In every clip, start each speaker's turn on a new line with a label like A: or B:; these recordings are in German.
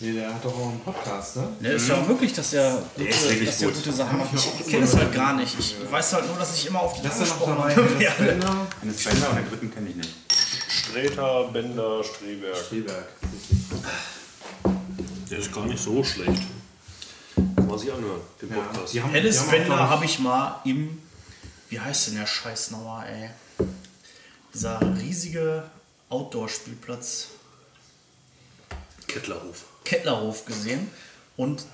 A: Nee, der hat doch auch einen Podcast, ne?
B: Ne, ist ja auch möglich, dass der
C: Mhm. Der
B: gute,
C: ist wirklich
B: dass der
C: gut.
B: gute Sachen macht. Ich kenne es halt gar nicht. Ich weiß halt nur, dass ich immer auf die
A: Das ist ja noch
B: angesprochen
A: dabei. Hannes
B: habe. Ja. ne.
A: Bender.
C: Hannes Bender und den dritten kenne ich nicht.
D: Streter, Bender, Streberg.
A: Spielberg.
D: Der ist gar nicht so schlecht. Kann man sich anhören, den Podcast.
A: Die haben- die
B: Alice
A: haben auch,
B: Bender
A: glaub
B: habe ich mal im. Wie heißt denn der Scheiß nochmal, ey? Dieser riesige Outdoor-Spielplatz
D: Kettlerhof.
B: Kettlerhof gesehen. Und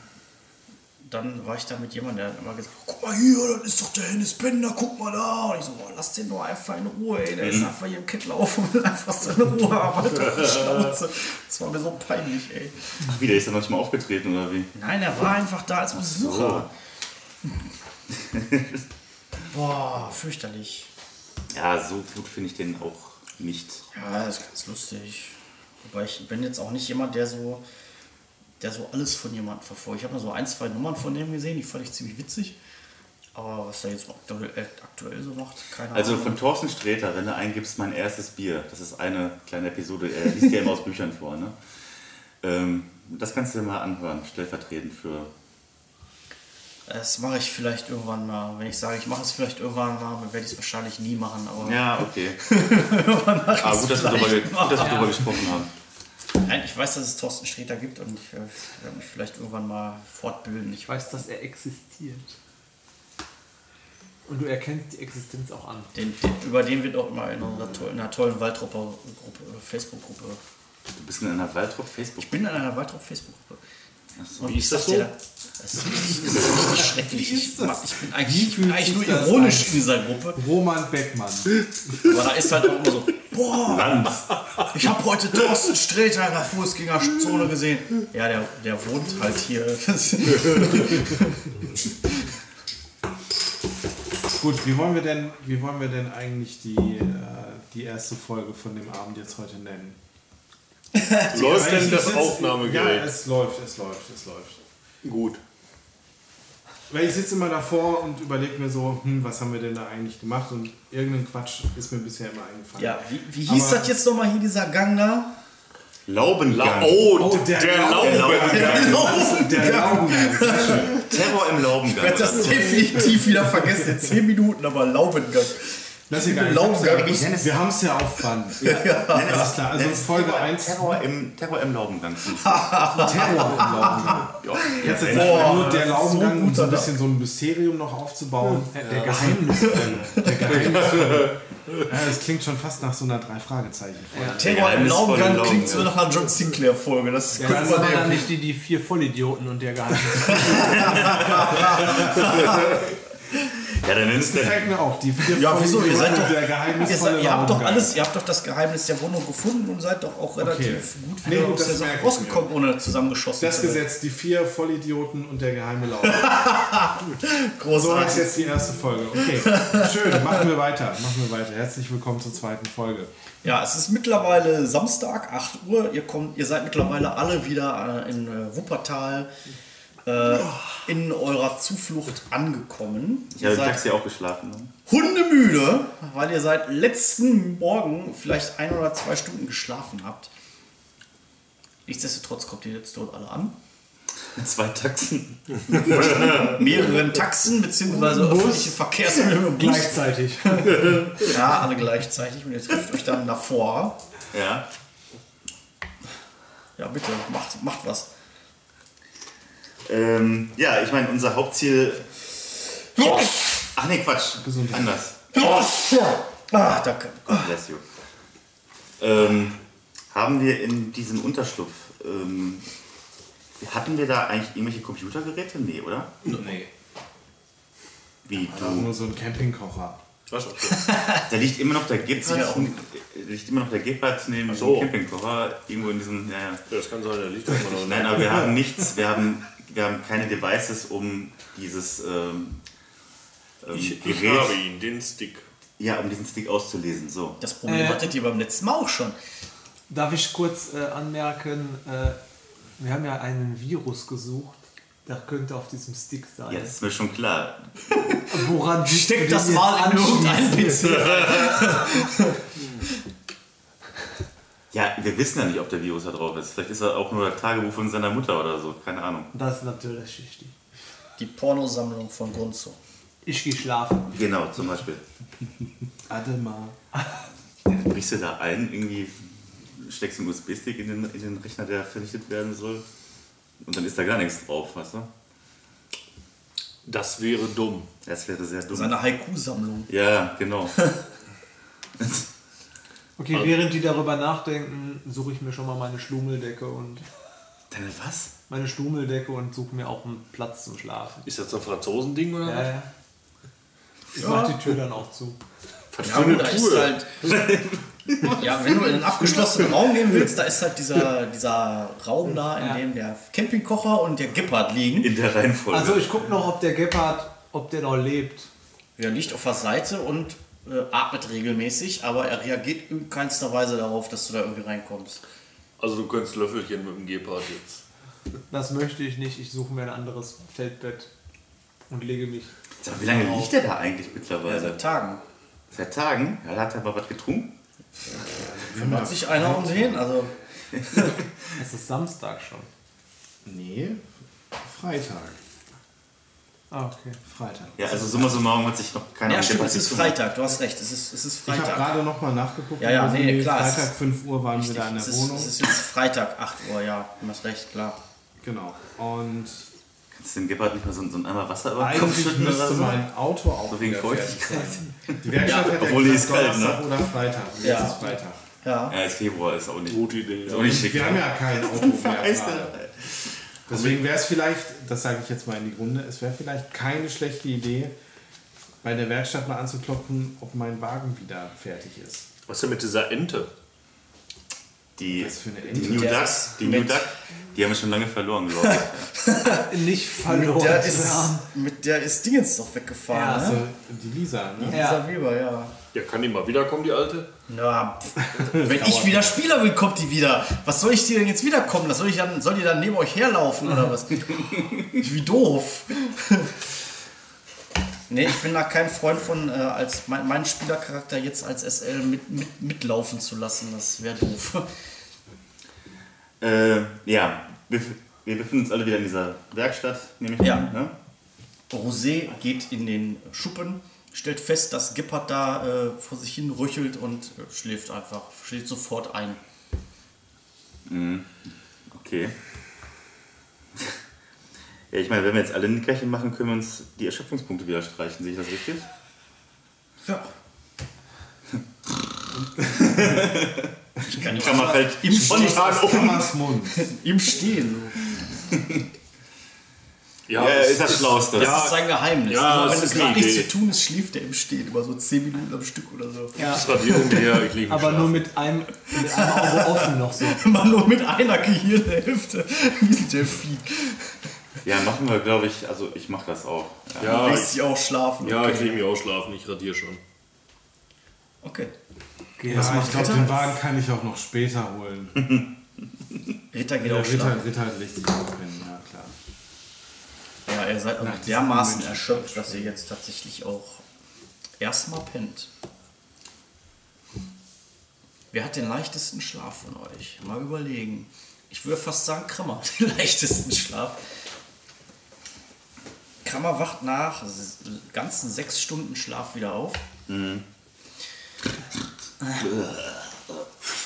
B: dann war ich da mit jemandem, der hat immer gesagt: Guck mal hier, das ist doch der Hennis Bender, guck mal da. Und ich so: boah, Lass den doch einfach in Ruhe, ey. Der ist einfach hier im Kettlerhof und will einfach seine Ruhe haben. Alter, die Schnauze. Das war mir so peinlich, ey.
C: Ach, wie, der ist dann noch nicht mal aufgetreten oder wie?
B: Nein, er war einfach da als Besucher. Boah, fürchterlich.
C: Ja, so gut finde ich den auch nicht.
B: Ja, das ist ganz lustig. Wobei ich bin jetzt auch nicht jemand, der so, der so alles von jemandem verfolgt. Ich habe mal so ein, zwei Nummern von dem gesehen, die fand ich ziemlich witzig. Aber was er jetzt so aktuell, äh, aktuell so macht, keine
C: Also
B: Ahnung.
C: von Thorsten Sträter, wenn du eingibst, mein erstes Bier. Das ist eine kleine Episode. Er liest ja immer aus Büchern vor, ne? Ähm, das kannst du dir mal anhören, stellvertretend für.
B: Das mache ich vielleicht irgendwann mal. Wenn ich sage, ich mache es vielleicht irgendwann mal, dann werde ich es wahrscheinlich nie machen. Aber
C: Ja, okay. ah, gut, dass wir darüber,
B: vielleicht
C: gut, dass wir darüber gesprochen haben.
B: nein, ich weiß, dass es Thorsten Sträter gibt und ich äh, werde mich vielleicht irgendwann mal fortbilden. Ich
E: Ich weiß, dass er existiert. Und du erkennst die Existenz auch an.
B: Den, den, über den wird auch immer in einer, to- in einer tollen Waldtruppe Gruppe- Facebook-Gruppe.
C: Du bist in einer Waldrop-Facebook.
B: Ich bin in einer Waldtrupp-Facebook-Gruppe. Und
D: Wie ist das
B: ich sag
D: so?
B: dir, Das ist richtig, das ist richtig schrecklich. Ich, mach- ich bin eigentlich, ich bin
E: fühlt
B: eigentlich
E: sich
B: nur
E: das
B: ironisch
E: an?
B: in dieser Gruppe,
E: Roman Beckmann.
B: aber da ist halt auch immer so, boah, ich habe heute Thorsten Sträter in der Fußgängerzone gesehen. Ja, der, der wohnt halt hier. Das-
A: Gut, wie wollen wir denn, wie wollen wir denn eigentlich die, äh, die erste Folge von dem Abend jetzt heute nennen?
D: Läuft denn
A: Ich
D: das
A: sitz- Ja,
D: Aufnahmegerät?
A: es läuft, es läuft, es läuft.
D: Gut.
A: Weil ich sitze immer davor und überlege mir so, hm, was haben wir denn da eigentlich gemacht? Und irgendein Quatsch ist mir bisher immer eingefallen.
B: Ja, wie, wie hieß
A: Aber-
B: das jetzt nochmal hier, dieser Gang da?
C: Laubengang.
D: Oh,
A: Oh, der
D: der, der Laubengang.
A: Der Laubengang.
C: Terror im Laubengang. Also
B: Ich werde das definitiv wieder vergessen. In 10 Minuten, aber Laubengang.
A: Lass ihn gar nicht.
B: Laubengang.
C: Ich nenne es-
A: Wir haben es ja auf Band. Ja, alles klar. Also Folge 1 Terror
C: Terror im, Terror im Laubengang.
A: im Laubengang. Jetzt ist
B: Boah,
A: nur der
B: das ist so
A: Laubengang, um
B: gut,
A: so ein
B: Alter.
A: bisschen so ein Mysterium noch aufzubauen. Der Geheimnisfall. Der Geheimnisfall. Ja, das klingt schon fast nach so einer Drei-Fragezeichen-Folge.
B: Terror im
C: Geheimnisvolle
B: Laubengang
C: Laubengang.
B: klingt so nach einer John Sinclair-Folge. Das ist
E: Das
B: man
E: waren
B: nehmen.
E: dann nicht die, die vier Vollidioten und der Geheimnis.
C: Ja, dann nennst du
A: Fällt mir auf, die vier
B: Ja, wieso? Ihr seid
A: Folgen
B: doch,
A: der
B: ihr,
A: geheimnisvolle
B: seid, ihr habt doch
A: Laubengang.
B: alles, ihr habt doch das Geheimnis der Wohnung gefunden und seid doch auch relativ gut
A: Nee,
B: wieder
A: gut,
B: aus
A: das
B: der Sache
A: merke ich
B: rausgekommen, ohne zusammengeschossen
A: Das
B: zu werden.
A: Gesetz, die vier Vollidioten und der geheime Laubengang. So ist
B: Großartig.
A: jetzt die erste Folge. Okay, schön. Machen wir weiter. Machen wir weiter. Herzlich willkommen zur zweiten Folge.
B: Ja, es ist mittlerweile Samstag, 8 Uhr. Ihr, kommt, ihr seid mittlerweile alle wieder äh, in äh, Wuppertal
A: Oh.
B: äh, in eurer Zuflucht angekommen.
C: Ich habe
B: Ihr
C: im
B: seid
C: Taxi auch geschlafen. Ne?
B: hundemüde, weil ihr seit letzten Morgen vielleicht ein oder zwei Stunden geschlafen habt. Nichtsdestotrotz kommt ihr jetzt dort alle an.
C: Mit zwei Taxen.
B: mehreren Taxen bzw. öffentliche Verkehrsmittel und Bus.
E: Gleichzeitig.
B: Ja, alle gleichzeitig und ihr trefft euch dann davor.
C: Ja.
B: Ja, bitte, macht, macht was.
C: Ähm, ja, ich meine, unser Hauptziel. Ach nee, Quatsch.
A: Gesundheit.
C: Anders.
B: Ah, danke.
C: God bless you. Ähm, haben wir in diesem Unterschlupf. Ähm, hatten wir da eigentlich irgendwelche Computergeräte? Nee, oder?
A: Nee.
C: Wie du.
A: Nur so ein Campingkocher.
D: Was auch
C: Da liegt immer noch der Gebhardt.
B: Ja.
C: äh, liegt immer noch der Gebhardt neben
D: so.
C: dem Campingkocher. Irgendwo in diesem. Ja, ja.
D: Ja, Das kann sein, der liegt immer noch.
C: Nein, aber wir haben nichts, wir haben, wir haben keine Devices, um dieses ähm, ähm,
D: Ich, ich
C: Gerät,
D: habe ihn, den Stick.
C: ja, um diesen Stick auszulesen. So.
B: Das Problem
E: Äh.
B: hattet ihr beim letzten Mal auch schon.
E: Darf ich kurz äh, anmerken, äh, wir haben ja einen Virus gesucht. Der könnte auf diesem Stick sein.
C: Ja, das ist mir schon klar.
E: Woran siehst du
B: Steckt
E: den
B: das
E: jetzt
B: mal in
E: anschließend?
B: irgendeinen PC.
C: Ja, Ja, wir wissen ja nicht, ob der Virus da drauf ist. Vielleicht ist er auch nur das Tagebuch von seiner Mutter oder so. Keine Ahnung.
E: Das ist natürlich richtig.
B: Die Pornosammlung von Gunzo.
E: Ich gehe schlafen.
C: Genau, zum Beispiel.
A: Ademar.
C: Brichst du da ein, irgendwie steckst du einen USB-Stick in den, in den Rechner, der vernichtet werden soll. Und dann ist da gar nichts drauf, weißt du?
D: Das wäre dumm.
C: Das wäre sehr dumm.
B: Seine Haiku-Sammlung.
C: Ja, genau.
E: Okay, während die darüber nachdenken, suche ich mir schon mal meine Schlummeldecke und
C: Deine was?
E: meine Schlummeldecke und suche mir auch einen Platz zum Schlafen.
D: Ist das ein Franzosending oder
E: Ja,
D: was?
E: ja. Ich mach die Tür dann auch zu.
D: Was
B: Ja, gut, da ist halt. ja, wenn du in einen abgeschlossenen Raum nehmen willst, da ist halt dieser, dieser Raum da, in
E: Ja.
B: dem der Campingkocher und der Gippard liegen.
C: In der Reihenfolge.
E: Also ich gucke noch, ob der Gepard, ob der noch lebt.
B: Der liegt auf der Seite und äh, atmet regelmäßig, aber er reagiert in keinster Weise darauf, dass du da irgendwie reinkommst.
D: Also du könntest Löffelchen mit dem Gepard jetzt.
E: Das möchte ich nicht. Ich suche mir ein anderes Feldbett und lege mich.
C: Sag mal, wie lange liegt der da eigentlich
B: Ja,
C: mittlerweile?
B: seit Tagen.
C: Seit Tagen? Ja, da hat er mal was getrunken.
B: Kümmert sich einer um den? Also,
E: Es ist Samstag schon.
A: Nee, Freitag.
E: Ah, okay.
A: Freitag.
C: Ja, also summa summarum hat sich noch keiner
B: ja,
C: um
B: stimmt,
C: den
B: es ist
C: Partys gekümmert.
B: Freitag, du hast recht, es ist, es ist
A: Ich habe
B: Freitag.
A: gerade nochmal nachgeguckt.
B: Ja, ja,
A: wir sind
B: nee,
A: irgendwie
B: klar, es
A: Freitag 5 Uhr waren wir da in der
B: es, ist,
A: Wohnung.
B: es ist jetzt Freitag, 8 Uhr, ja, du hast recht, klar.
A: genau. Und
C: Kannst du dem Gebhardt halt nicht mal so, so einen Eimer Wasser über den Kopf
A: eigentlich
C: schütten oder
A: müsste
C: so?
A: mein Auto auch.
C: So wegen
A: wieder
C: Feuchtigkeit.
A: fertig sein. Die Werkstatt hat ja
C: obwohl die
A: gesagt,
C: ist kalt, ne?
A: Donnerstag oder Freitag. Jetzt
B: Ja.
A: ist Freitag.
B: Ja,
C: Ja, ist Februar, ist auch nicht, ist
D: Gute Idee.
C: auch nicht
A: Wir
C: schick.
A: haben ja kein Auto mehr.
C: Vereist er.
A: gerade. Deswegen wäre es vielleicht, das sage ich jetzt mal in die Runde, es wäre vielleicht keine schlechte Idee, bei der Werkstatt mal anzuklopfen, ob mein Wagen wieder fertig ist.
D: Was ist denn mit dieser Ente?
C: Die,
A: Was für eine
C: die
A: Ente.
C: New
B: Der
C: Ducks,
B: ist
C: die New
B: mit-
C: Duck, die haben wir schon lange verloren, glaube ich.
E: Nicht verloren.
B: mit der, ist, mit der ist Dingens doch weggefahren,
E: Ja,
B: ne?
A: Also die Lisa, ne?
E: Ja.
B: Dieser Weber, ja.
D: Ja, kann die mal wiederkommen, die alte?
B: Na, pff, wenn ich wieder Spieler bin, kommt die wieder. Was soll ich dir denn jetzt wiederkommen? Das soll, ich dann, soll die dann neben euch herlaufen oder was? Wie doof. Nee, ich bin da kein Freund von, äh, als mein, meinen Spielercharakter jetzt als SL mit, mit, mitlaufen zu lassen. Das wäre doof.
C: Äh, ja, wir, wir befinden uns alle wieder in dieser Werkstatt, nehme ich
B: Ja.
C: an. Ne?
B: Rosé geht in den Schuppen, stellt fest, dass Gippert da äh, vor sich hin röchelt und äh, schläft einfach. Schläft sofort ein.
C: Okay. Ja, ich meine, wenn wir jetzt alle ein Nickerchen machen, können wir uns die Erschöpfungspunkte wieder streichen. Sehe ich das richtig?
B: Ja. ich kann,
C: Kann man halt im spontan
A: Aus
C: um.
A: Kammers Mund.
B: ihm stehen.
C: Ja,
D: es
C: ist das Schlauste.
B: Das ist sein Geheimnis.
D: Ja,
B: Aber
D: das
B: wenn es
D: ist eine
B: gerade nichts
D: Idee.
B: zu tun ist, schläft er im Stehen. Immer so 10 Minuten am Stück oder so.
E: ja.
D: Das Radierung her, ich liege
E: Aber nur mit einem, mit einem Auge offen noch so.
B: Immer nur mit einer Gehirnhälfte. Wie ein Delfin.
C: Ja, machen wir, glaube ich. Also, ich mache das auch. Ja.
D: Ja,
B: Lässt
D: ich,
B: sich auch schlafen.
D: ja, ich
B: okay.
D: lege mich auch schlafen, ich radiere schon.
B: okay.
E: Okay, das
A: Ja, ich
E: macht
A: glaube,
B: Ritter?
A: den Wagen kann ich auch noch später holen.
B: Ritter geht
A: Der
B: auch schlafen.
A: Ritter, Ritter hat richtig gut hin, ja klar.
B: Ja, ihr seid auch
A: diesem
B: dermaßen
A: Menschen-
B: erschöpft, dass ihr jetzt tatsächlich auch erstmal pennt. Wer hat den leichtesten Schlaf von euch? Mal überlegen. Ich würde fast sagen, Krammer hat den leichtesten Schlaf. Krammer wacht nach s- ganzen sechs Stunden Schlaf wieder auf.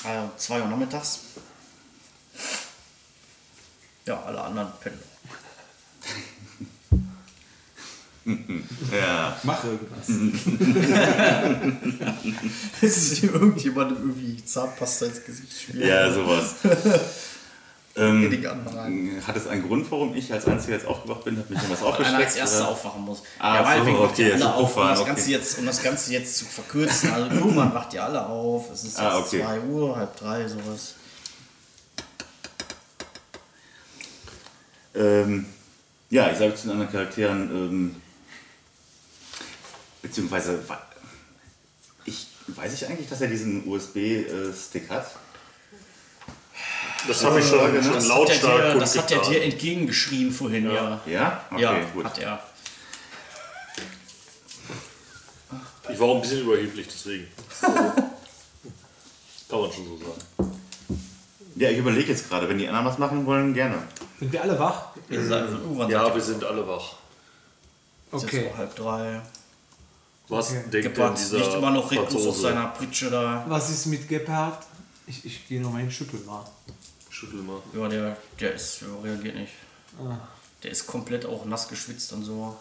B: Äh, zwei Uhr nachmittags. Ja, alle anderen pennen.
C: ja.
A: Mach irgendwas.
C: Mhm.
B: Ist irgendjemand irgendwie Zahnpasta ins Gesicht schmiert?
C: Ja, sowas. ähm,
B: Dick anmalen.
C: hat es einen Grund, warum ich als Einziger jetzt aufgewacht bin? Hat mich irgendwas
B: Weil
C: aufgeschreckt?
B: Einer als Erster
C: oder?
B: aufwachen muss.
C: Ah, so,
B: meinetwegen wacht
C: okay,
B: ihr
C: so
B: alle auf, um,
C: Puffer,
B: das
C: okay.
B: Ganze jetzt, um das Ganze jetzt zu verkürzen. Also irgendwann wacht ihr alle auf. Es ist jetzt
C: Ah, okay.
B: 2 Uhr, halb drei, sowas.
C: Ähm, ja, ich sage zu den anderen Charakteren, ähm, beziehungsweise, wa- ich, weiß ich eigentlich, dass er diesen USB-Stick hat?
D: Das habe ich schon, schon
B: Das hat, er
D: lautstark
B: dir,
D: und
B: das hat er dir entgegengeschrien vorhin, ja.
C: Ja? Okay,
B: Ja,
C: gut.
B: hat er.
D: Ich war auch ein bisschen überheblich, deswegen. Kann man schon so sagen.
C: Ja, ich überlege jetzt gerade, wenn die anderen was machen wollen, gerne.
E: Sind wir alle wach?
B: Ihr seid also irgendwann
D: Ja, wir sind alle wach.
B: seid okay. so halb drei.
D: Was
E: Okay.
D: denkt denn
B: Gebart
D: dieser
B: nicht immer noch Rhythmus auf
D: Franzose?
B: seiner Pritsche da.
E: Was ist mit Gebhardt? Ich, ich gehe nochmal hin, schüttel mal.
D: Schüttel mal.
B: Ja, der, der ist, der reagiert nicht.
E: Ah.
B: Der ist komplett auch nass geschwitzt und so.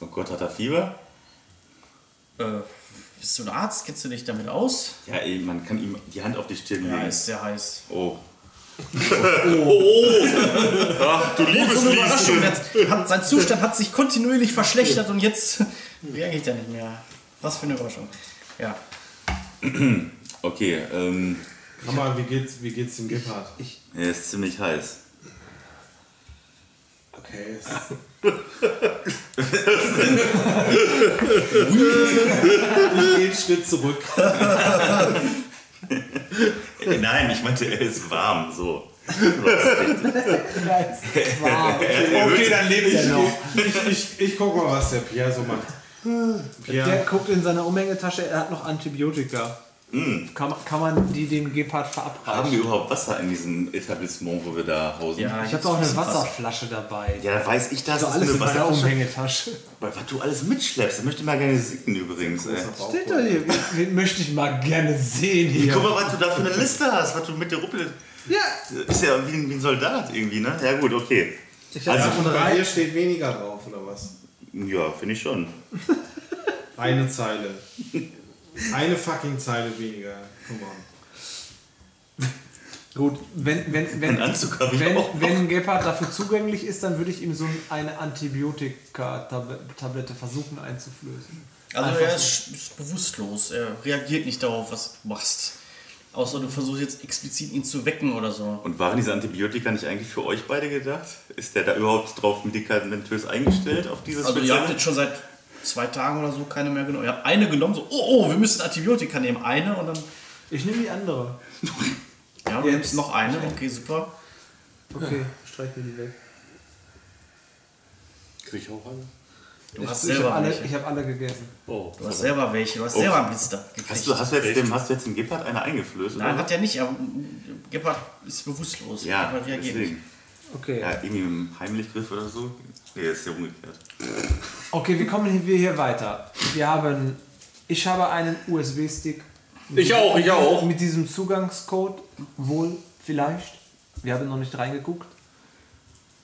C: Oh Gott, hat er Fieber?
B: Äh, bist du ein Arzt? Kennst du dich damit aus?
C: Ja, ey, man kann ihm die Hand auf die Stirn
B: Ja,
C: legen.
B: ist sehr heiß.
C: Oh.
D: Du liebes
B: Oh. So eine Überraschung. Er Hat, sein Zustand hat sich kontinuierlich verschlechtert und jetzt reagiert er nicht mehr. Was für eine Überraschung. Ja,
C: Okay, ähm,
A: Hammer, wie geht's, wie geht's dem Gebhardt?
C: er ist ziemlich heiß.
A: Okay, es ich gehe einen Schritt zurück.
C: Ey, Äh, nein, ich meinte, er ist warm, so.
A: Okay, dann lebe ich
C: Genau.
A: noch. Ich, ich, ich guck mal, was der Pierre so macht.
E: Der
A: Pierre,
E: guckt in seiner Umhängetasche, er hat noch Antibiotika. Kann, man- kann man die dem Gepard
C: Haben
E: verabreichen?
C: wir überhaupt Wasser in diesem Etablissement, wo wir da hausen?
B: Ja.
E: Ich habe auch eine Wasserflasche dabei.
C: Ja, da weiß ich, dass
E: Also
C: es
E: alles in
C: eine
E: meiner
C: Wasser...
E: Umhängetasche.
C: Weil Was du alles mitschleppst, das möchte ich mal gerne sehen übrigens, ey.
E: Steht da hier. Den möchte ich mal gerne sehen
C: Guck
E: hier.
C: mal, was du da für eine Liste hast, was du mit der Ruppel...
E: Ja.
C: Ist ja wie ein, wie ein Soldat irgendwie, ne? Ja gut, okay.
E: Ich habe
C: Also,
E: also,
A: bei
E: drei.
A: dir steht weniger drauf, oder was?
C: Ja, finde ich schon.
A: Eine Zeile. Eine fucking Zeile weniger. Come on.
E: Gut, wenn, wenn,
C: Einen
E: wenn,
C: Anzug habe ich
E: wenn,
C: auch.
E: wenn Gepard dafür zugänglich ist, dann würde ich ihm so eine Antibiotika-Tablette versuchen einzuflößen.
B: also er ist, ist bewusstlos. Er reagiert nicht darauf, was du machst. Außer du versuchst jetzt explizit ihn zu wecken oder so.
C: Und waren diese Antibiotika nicht eigentlich für euch beide gedacht? Ist der da überhaupt drauf medikamentös eingestellt auf dieses
B: Also ihr habt jetzt schon seit zwei Tagen oder so keine mehr genommen. Ihr habt eine genommen, so, oh, oh, wir müssen Antibiotika nehmen. Eine und dann,
E: Ich nehme die andere.
B: ja,
E: Jetzt.
B: nimmst noch eine. Okay, super.
E: Okay, streich mir die weg.
D: Krieg ich auch eine?
B: Du hast
E: ich ich habe
B: selber
E: alle, Oh.
B: welche.
E: ich hab alle gegessen.
D: Oh,
B: Du hast selber welche. Du hast selber einen Blister gekriegt.
C: Hast du, hast, du jetzt dem, hast du jetzt dem Gepard eine eingeflößt?
B: Nein,
C: oder?
B: hat er nicht. Er, Gebhardt ist bewusstlos.
C: Ja,
B: Gebhardt reagiert nicht.
C: deswegen.
E: Okay.
C: Ja, irgendwie mit einem Heimlichgriff oder so. Nee, ist ja umgekehrt.
E: Okay, wie kommen wir hier weiter? Wir haben. Ich habe einen USB-Stick.
D: Ich auch, ich auch.
E: Mit diesem Zugangscode. Wohl, vielleicht. Wir haben noch nicht reingeguckt.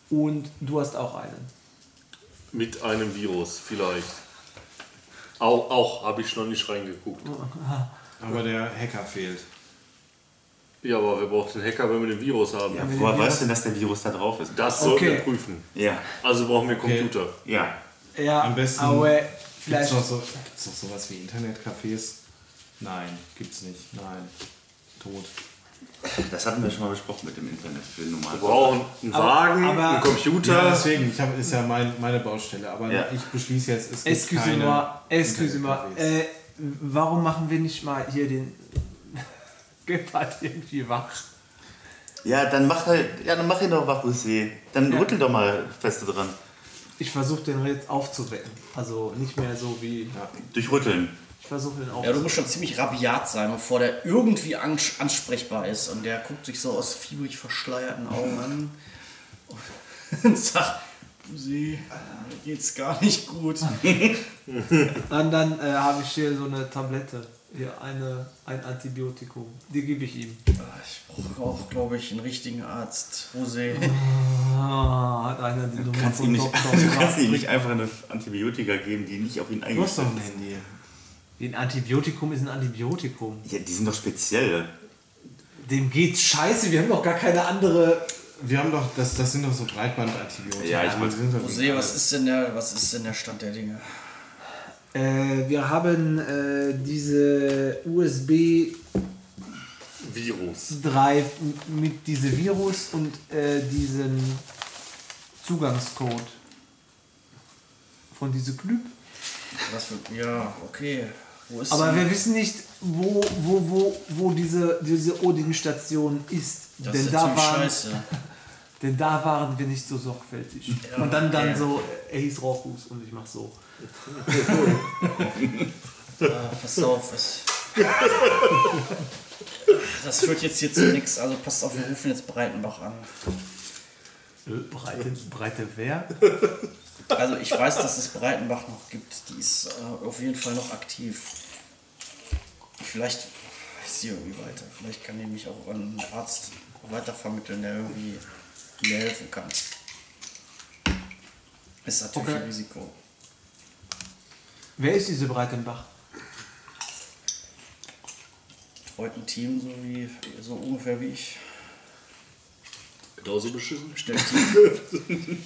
E: Und du hast auch einen.
D: Mit einem Virus, vielleicht. Auch, auch habe ich noch nicht reingeguckt.
A: Aber der Hacker fehlt.
D: Ja, aber wir brauchen einen Hacker, wenn wir den Virus haben.
C: Ja, woher weißt du denn, dass der Virus da drauf ist?
D: Das sollten
E: Okay.
D: wir prüfen.
C: Ja,
D: Also brauchen wir Computer.
C: ja.
E: Ja,
A: Am besten
E: aber
A: Gibt's
E: vielleicht.
A: noch, so, gibt's noch sowas wie Internetcafés? Nein, gibt's nicht. Nein. Tot.
C: Das hatten wir schon mal besprochen mit dem Internet für den normalen.
D: Wir brauchen einen Wagen,
E: aber-
D: einen Computer.
A: Ja, deswegen, ich hab, ist ja mein, meine Baustelle. Aber
C: Ja.
A: ich beschließe jetzt, es gibt keine
E: Excusez-moi, excusez-moi.
A: Internetcafés.
E: Äh, warum machen wir nicht mal hier den. Gepard irgendwie wach?
C: Ja, dann mach halt, ja, dann mach ihn doch wach, Hussi. Dann
E: Ja.
C: rüttel doch mal feste dran.
E: Ich versuche den jetzt aufzuwecken. Also nicht mehr so wie.
C: Durch Rütteln.
E: Ich versuche
B: Ja,
E: den
B: du
E: aufzuwecken.
B: musst schon ziemlich rabiat sein, bevor der irgendwie ans ansprechbar ist. Und der guckt sich so aus fiebrig verschleierten Augen an und sagt, sie, mir geht's gar nicht gut.
E: Und dann äh, habe ich hier so eine Tablette. Hier eine, ein Antibiotikum. Die gebe ich ihm.
B: Ich brauche auch, glaube ich, einen richtigen Arzt. Rosé.
E: Ah, hat einer die Nummer
C: Kannst ihm nicht,
E: von
C: du kannst
E: Dr.
C: ihm nicht einfach eine Antibiotika geben, die nicht auf ihn
A: Du hast doch
C: eingestellt
A: ein Handy.
E: Ein Antibiotikum ist ein Antibiotikum.
C: sind. Ja, die sind doch speziell.
E: Dem geht's scheiße, wir haben doch gar keine andere.
A: Wir haben doch, das, das sind doch so Breitbandantibiotika.
C: Ja, ich wollte-
A: Die sind doch nicht
B: Rosé, was
A: alles.
B: ist denn der, was ist denn der Stand der Dinge?
E: Äh, wir haben äh, diese USB
D: Virus.
E: Drive mit diese Virus und äh, diesen Zugangscode von diese Glüb.
B: Was für, ja, okay. Wo ist
E: Aber
B: sie?
E: wir wissen nicht, wo, wo, wo, wo diese, diese Odin-Station ist.
B: das ist
E: denn,
B: ja
E: da
B: ziemlich
E: waren,
B: scheiße.
E: denn da waren wir nicht so sorgfältig.
B: Ja,
E: und dann, dann
B: ja.
E: so, äh, er hieß Rochus und ich mach so.
B: Ah, pass auf, was. das führt jetzt hier zu nichts. Also passt auf, wir rufen jetzt Breitenbach an.
E: äh, Breite, breite wer?
B: Also ich weiß, dass es Breitenbach noch gibt. Die ist äh, auf jeden Fall noch aktiv. Vielleicht ist sie irgendwie weiter. Vielleicht kann die mich auch an einen Arzt weitervermitteln, der irgendwie mir helfen kann. Ist natürlich
E: Okay.
B: ein Risiko.
E: Wer ist diese Breitenbach?
B: Heute ein Team, so, wie, so ungefähr wie ich.
D: Genauso beschissen.
B: Stellt Team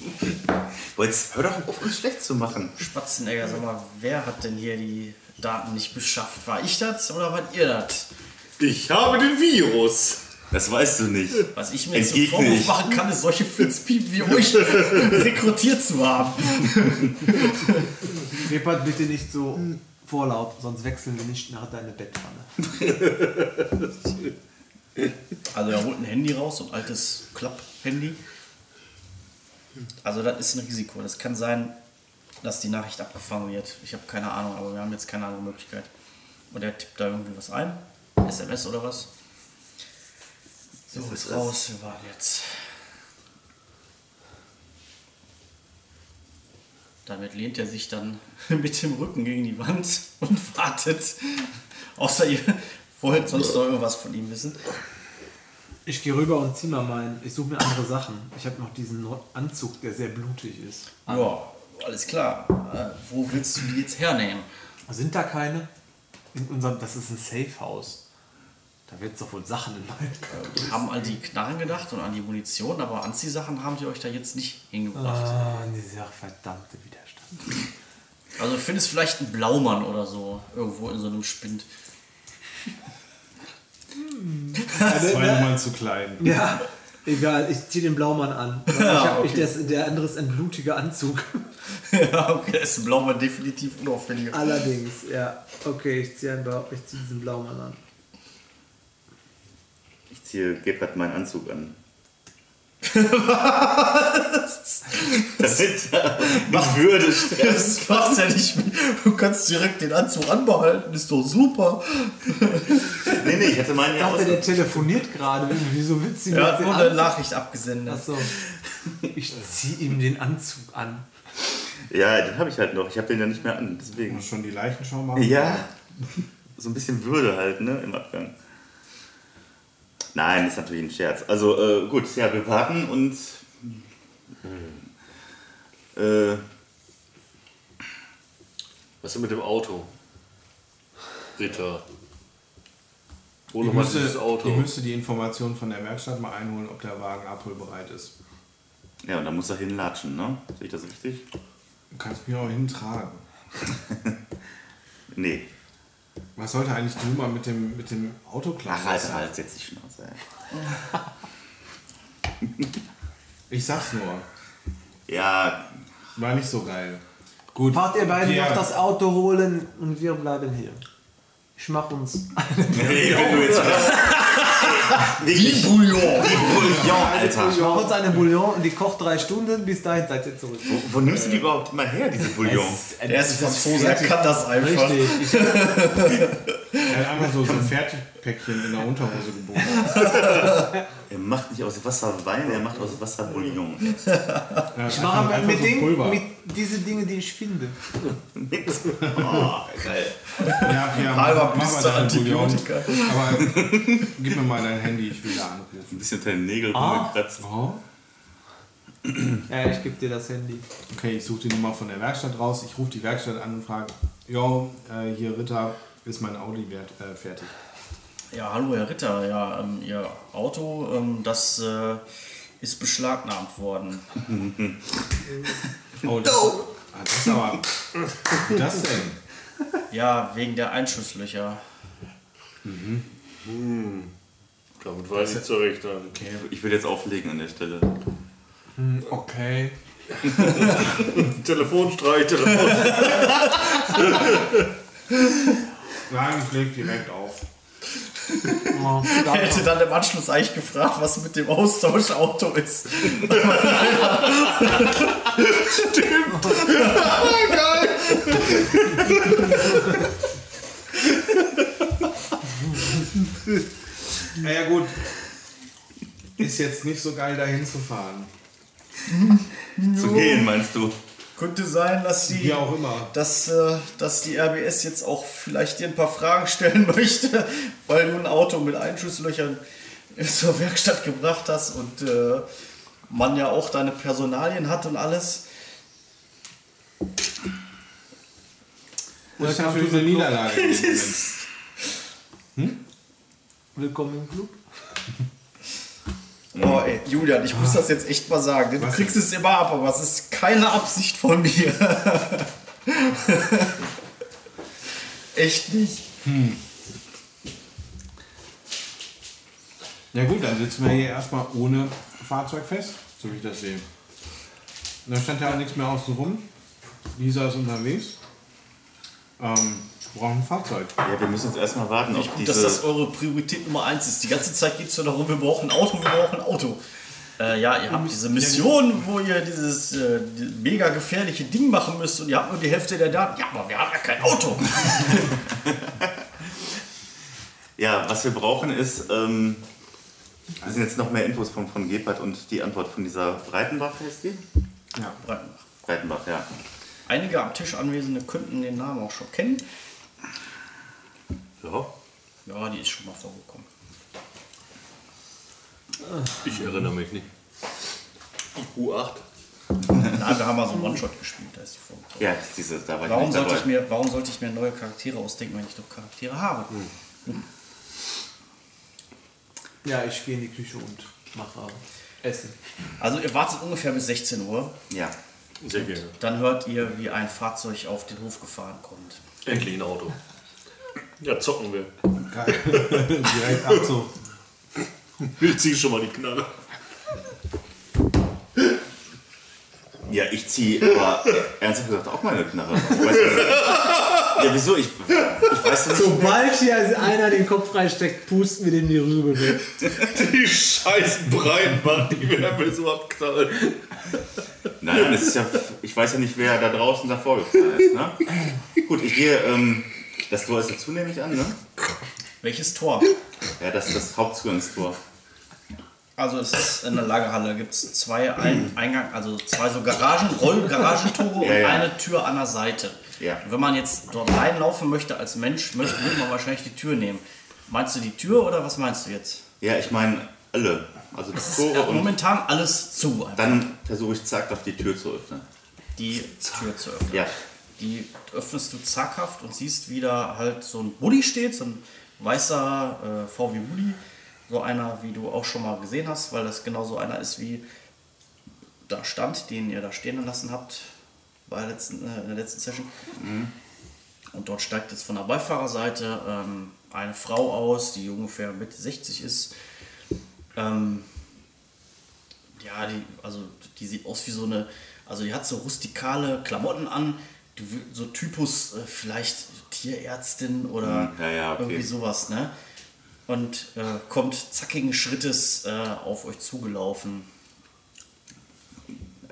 C: Boah, jetzt hör doch auf, uns schlecht zu machen.
B: Spatzenegger, sag mal, wer hat denn hier die Daten nicht beschafft? War ich das oder wart ihr das?
D: Ich habe den Virus.
C: Das weißt du nicht.
B: Was ich mir zum
C: Entgegne
B: Vorwurf
C: ich.
B: machen kann, ist solche Flitzpiepen wie euch rekrutiert zu haben.
E: Wippert bitte nicht so vorlaut, sonst wechseln wir nicht nach deine Bettpfanne.
B: Also er holt ein Handy raus, so ein altes Klapp-Handy. Also das ist ein Risiko. Das kann sein, dass die Nachricht abgefangen wird. Ich habe keine Ahnung, aber wir haben jetzt keine andere Möglichkeit. Und er tippt da irgendwie was ein. SMS oder was? So, ist raus. Wir warten jetzt. Damit lehnt er sich dann mit dem Rücken gegen die Wand und wartet. Außer ihr wollt sonst noch irgendwas von ihm wissen.
E: Ich gehe rüber und zieh mal meinen. Ich suche mir andere Sachen. Ich habe noch diesen Anzug, der sehr blutig ist.
B: Ja, alles klar. Äh, wo willst du die jetzt hernehmen?
E: Sind da keine? In unserem, das ist ein Safe House. Da wird es doch wohl Sachen in meinem.
B: Haben an die Knarren gedacht und an die Munition, aber Anziehsachen haben sie euch da jetzt nicht hingebracht.
E: Ah, dieser verdammte Widerstand. Äh.
B: Also du findest vielleicht einen Blaumann oder so irgendwo in so einem Spind.
A: Zwei Nummern zu klein.
E: Ja, egal. Ich ziehe den Blaumann an. Ich hab, ich, das, der andere ist ein blutiger Anzug.
B: ja, okay, da ist ein Blaumann definitiv unauffälliger.
E: Allerdings, ja. Okay, ich ziehe zieh diesen Blaumann an.
C: Ich ziehe Gebhardt meinen Anzug an. Was? Das sind Mach Würde.
B: Das macht ja nicht mit. Du kannst direkt den Anzug anbehalten, ist doch super.
C: Nee, nee, ich hatte meinen
E: Ich
C: ja
E: dachte, der
C: aus.
E: telefoniert gerade. Wieso willst du ihm
B: Er
E: jetzt
B: hat
E: den
B: nur eine
E: Anzug?
B: Nachricht abgesendet.
E: Achso. Ich zieh ihm den Anzug an.
C: Ja, den habe ich halt noch. Ich habe den ja nicht mehr an, deswegen.
A: Muss schon die Leichenschau machen.
C: Ja. So ein bisschen Würde halt, ne, im Abgang. Nein, ist natürlich ein Scherz. Also äh, gut, ja, wir warten und. Äh,
D: Was ist mit dem Auto? Ritter. Hol
A: Ich
D: doch mal dieses
A: müsste, ich
D: Auto.
A: müsste die Informationen von der Werkstatt mal einholen, ob der Wagen abholbereit ist.
C: ja, und dann muss er hinlatschen, ne? Sehe ich das richtig?
A: Du kannst mich auch hintragen.
C: Nee.
A: Was sollte eigentlich du mal mit dem, mit dem Auto klar
C: Ach, halt, halt, setz die Schnauze, ey.
A: Ich sag's nur.
C: Ja,
A: War nicht so geil. Gut.
E: Fahrt ihr beiden
A: Ja.
E: noch das Auto holen und wir bleiben hier. Ich mach uns.
C: nee, wenn du jetzt Wirklich.
B: Bouillon!
C: Die Bouillon, Alter.
E: Ich mach uns eine Bouillon und die kocht drei Stunden. Bis dahin seid ihr zurück.
C: Wo, wo nimmst du die überhaupt immer her, diese Bouillon?
B: Er ist Franzose, er kann das einfach.
E: Richtig.
A: Er hat Äh, einfach so, so ein Fertigpäckchen in der Unterhose geboten.
C: Er macht nicht aus Wasser Wein, er macht aus Wasser Bouillon.
E: Ich mache mit, mit, Ding, mit diese Dinge, die ich finde.
C: Oh,
A: Ja, ja,
B: Halber
A: mach mal
B: Blister
A: deinen Bouillon.
B: Antibiotika.
A: Aber gib mir mal dein Handy, ich will da anrufen.
C: Ein bisschen unter den Nägeln
E: Ah.
C: rumgekratzt.
A: Oh.
E: Ja, ich gebe dir das Handy.
A: Okay, ich suche die Nummer von der Werkstatt raus. Ich rufe die Werkstatt an und frage, jo, äh, hier Ritter, ist mein Audi wert, äh, fertig?
B: Ja, hallo Herr Ritter, ja, ähm, Ihr Auto, ähm, das äh, ist beschlagnahmt worden.
A: Oh, das, ah, das ist aber... Wie das denn?
B: Ja, wegen der Einschusslöcher.
D: Damit weiß ich zurecht dann.
C: Ich will jetzt auflegen an der Stelle.
E: Okay.
D: Telefonstreich, Telefon.
A: Nein, ich leg direkt auf.
E: Oh,
B: Er hätte dann im Anschluss eigentlich gefragt, was mit dem Austauschauto ist.
A: Naja gut, ist jetzt nicht so geil dahin zu fahren.
C: Zu gehen, meinst du?
B: Könnte sein, dass die,
A: Wie auch immer.
B: Dass, äh, dass die RBS jetzt auch vielleicht dir ein paar Fragen stellen möchte, weil du ein Auto mit Einschusslöchern zur Werkstatt gebracht hast und äh, man ja auch deine Personalien hat und alles.
A: Das ist natürlich eine Niederlage. in dem Moment.
E: Willkommen im Club.
B: Boah, ey, Julian, ich muss das jetzt echt mal sagen. ne? Du
A: Was?
B: kriegst es immer ab, aber es ist keine Absicht von mir. echt nicht.
A: Ja gut, dann sitzen wir hier erstmal ohne Fahrzeug fest, so wie ich das sehe. Und Da stand ja auch nichts mehr außen rum. Lisa ist unterwegs. Ähm, wir brauchen ein Fahrzeug.
C: Ja, wir müssen jetzt erstmal warten auf
B: Gut, dass das
C: diese.
B: eure Priorität Nummer eins ist. Die ganze Zeit geht es nur darum, wir brauchen ein Auto, wir brauchen ein Auto. Äh, ja, ihr habt diese Mission, wo ihr dieses äh, die- mega gefährliche Ding machen müsst und ihr habt nur die Hälfte der Daten. Ja, aber wir haben ja kein Auto.
C: Ja, was wir brauchen ist. Ähm, wir sind jetzt noch mehr Infos von, von Gebhardt und die Antwort von dieser Breitenbach heißt die?
A: Ja.
C: Breitenbach, ja.
B: Einige am Tisch Anwesende könnten den Namen auch schon kennen.
D: Ja,
B: Ja, die ist schon mal vorgekommen.
D: ich erinnere mich nicht. U8.
B: Nein, wir haben mal so einen One-Shot gespielt, da ist die vorgekommen.
C: Ja, diese, da war ich
B: Warum
C: nicht
B: sollte,
C: dabei.
B: ich mir, warum sollte ich mir neue Charaktere ausdenken, wenn ich doch Charaktere habe?
E: Ja, ich gehe in die Küche und mache Essen.
B: Also ihr wartet ungefähr bis 16 Uhr,
C: ja.
D: Sehr gerne.
B: dann hört ihr, wie ein Fahrzeug auf den Hof gefahren kommt.
D: Endlich ein Auto. Ja, zocken wir.
A: Geil. Direkt Abzug.
D: Ich zieh schon mal die Knarre.
C: Ja, ich ziehe aber ernsthaft gesagt auch meine Knarre. Ich weiß nicht. ja, wieso? Ich, ich weiß doch nicht.
E: Sobald hier also einer den Kopf reinsteckt, pusten wir den die Rübe weg.
D: Die scheiß Breitbach, die werden mir so abknallen.
C: Nein, das ist ja, ich weiß ja nicht, wer da draußen davor gefahren ist. Ne? Gut, ich gehe. Ähm, das Tor ist jetzt zunehmend an, ne?
B: Welches Tor?
C: Ja, das ist das Hauptzugangstor.
B: Also es ist in der Lagerhalle, gibt es zwei ein Eingang, also zwei so Garagen, Rollgaragentore
C: Ja,
B: und
C: ja.
B: eine Tür an der Seite.
C: Ja.
B: Wenn man jetzt dort reinlaufen möchte als Mensch, möchte, würde man wahrscheinlich die Tür nehmen. Meinst du die Tür oder was meinst du jetzt?
C: Ja, ich meine alle. Also die
B: Es ist
C: Tore und
B: momentan alles zu, einfach
C: dann versuche ich zaghaft die Tür zu öffnen.
B: die Tür zu öffnen.
C: Ja.
B: Die öffnest du zackhaft und siehst, wie da halt so ein Bulli steht, so ein weißer äh, VW Bulli. So einer, wie du auch schon mal gesehen hast, weil das genau so einer ist, wie da stand, den ihr da stehen lassen habt bei der letzten, äh, in der letzten Session. Und dort steigt jetzt von der Beifahrerseite ähm, eine Frau aus, die ungefähr Mitte 60 ist. Ähm, ja, die, also die sieht aus wie so eine, also die hat so rustikale Klamotten an, du wü- so Typus äh, vielleicht Tierärztin oder
C: Hm, Ja, ja, okay.
B: irgendwie sowas, ne? Und äh, kommt zackigen Schrittes äh, auf euch zugelaufen.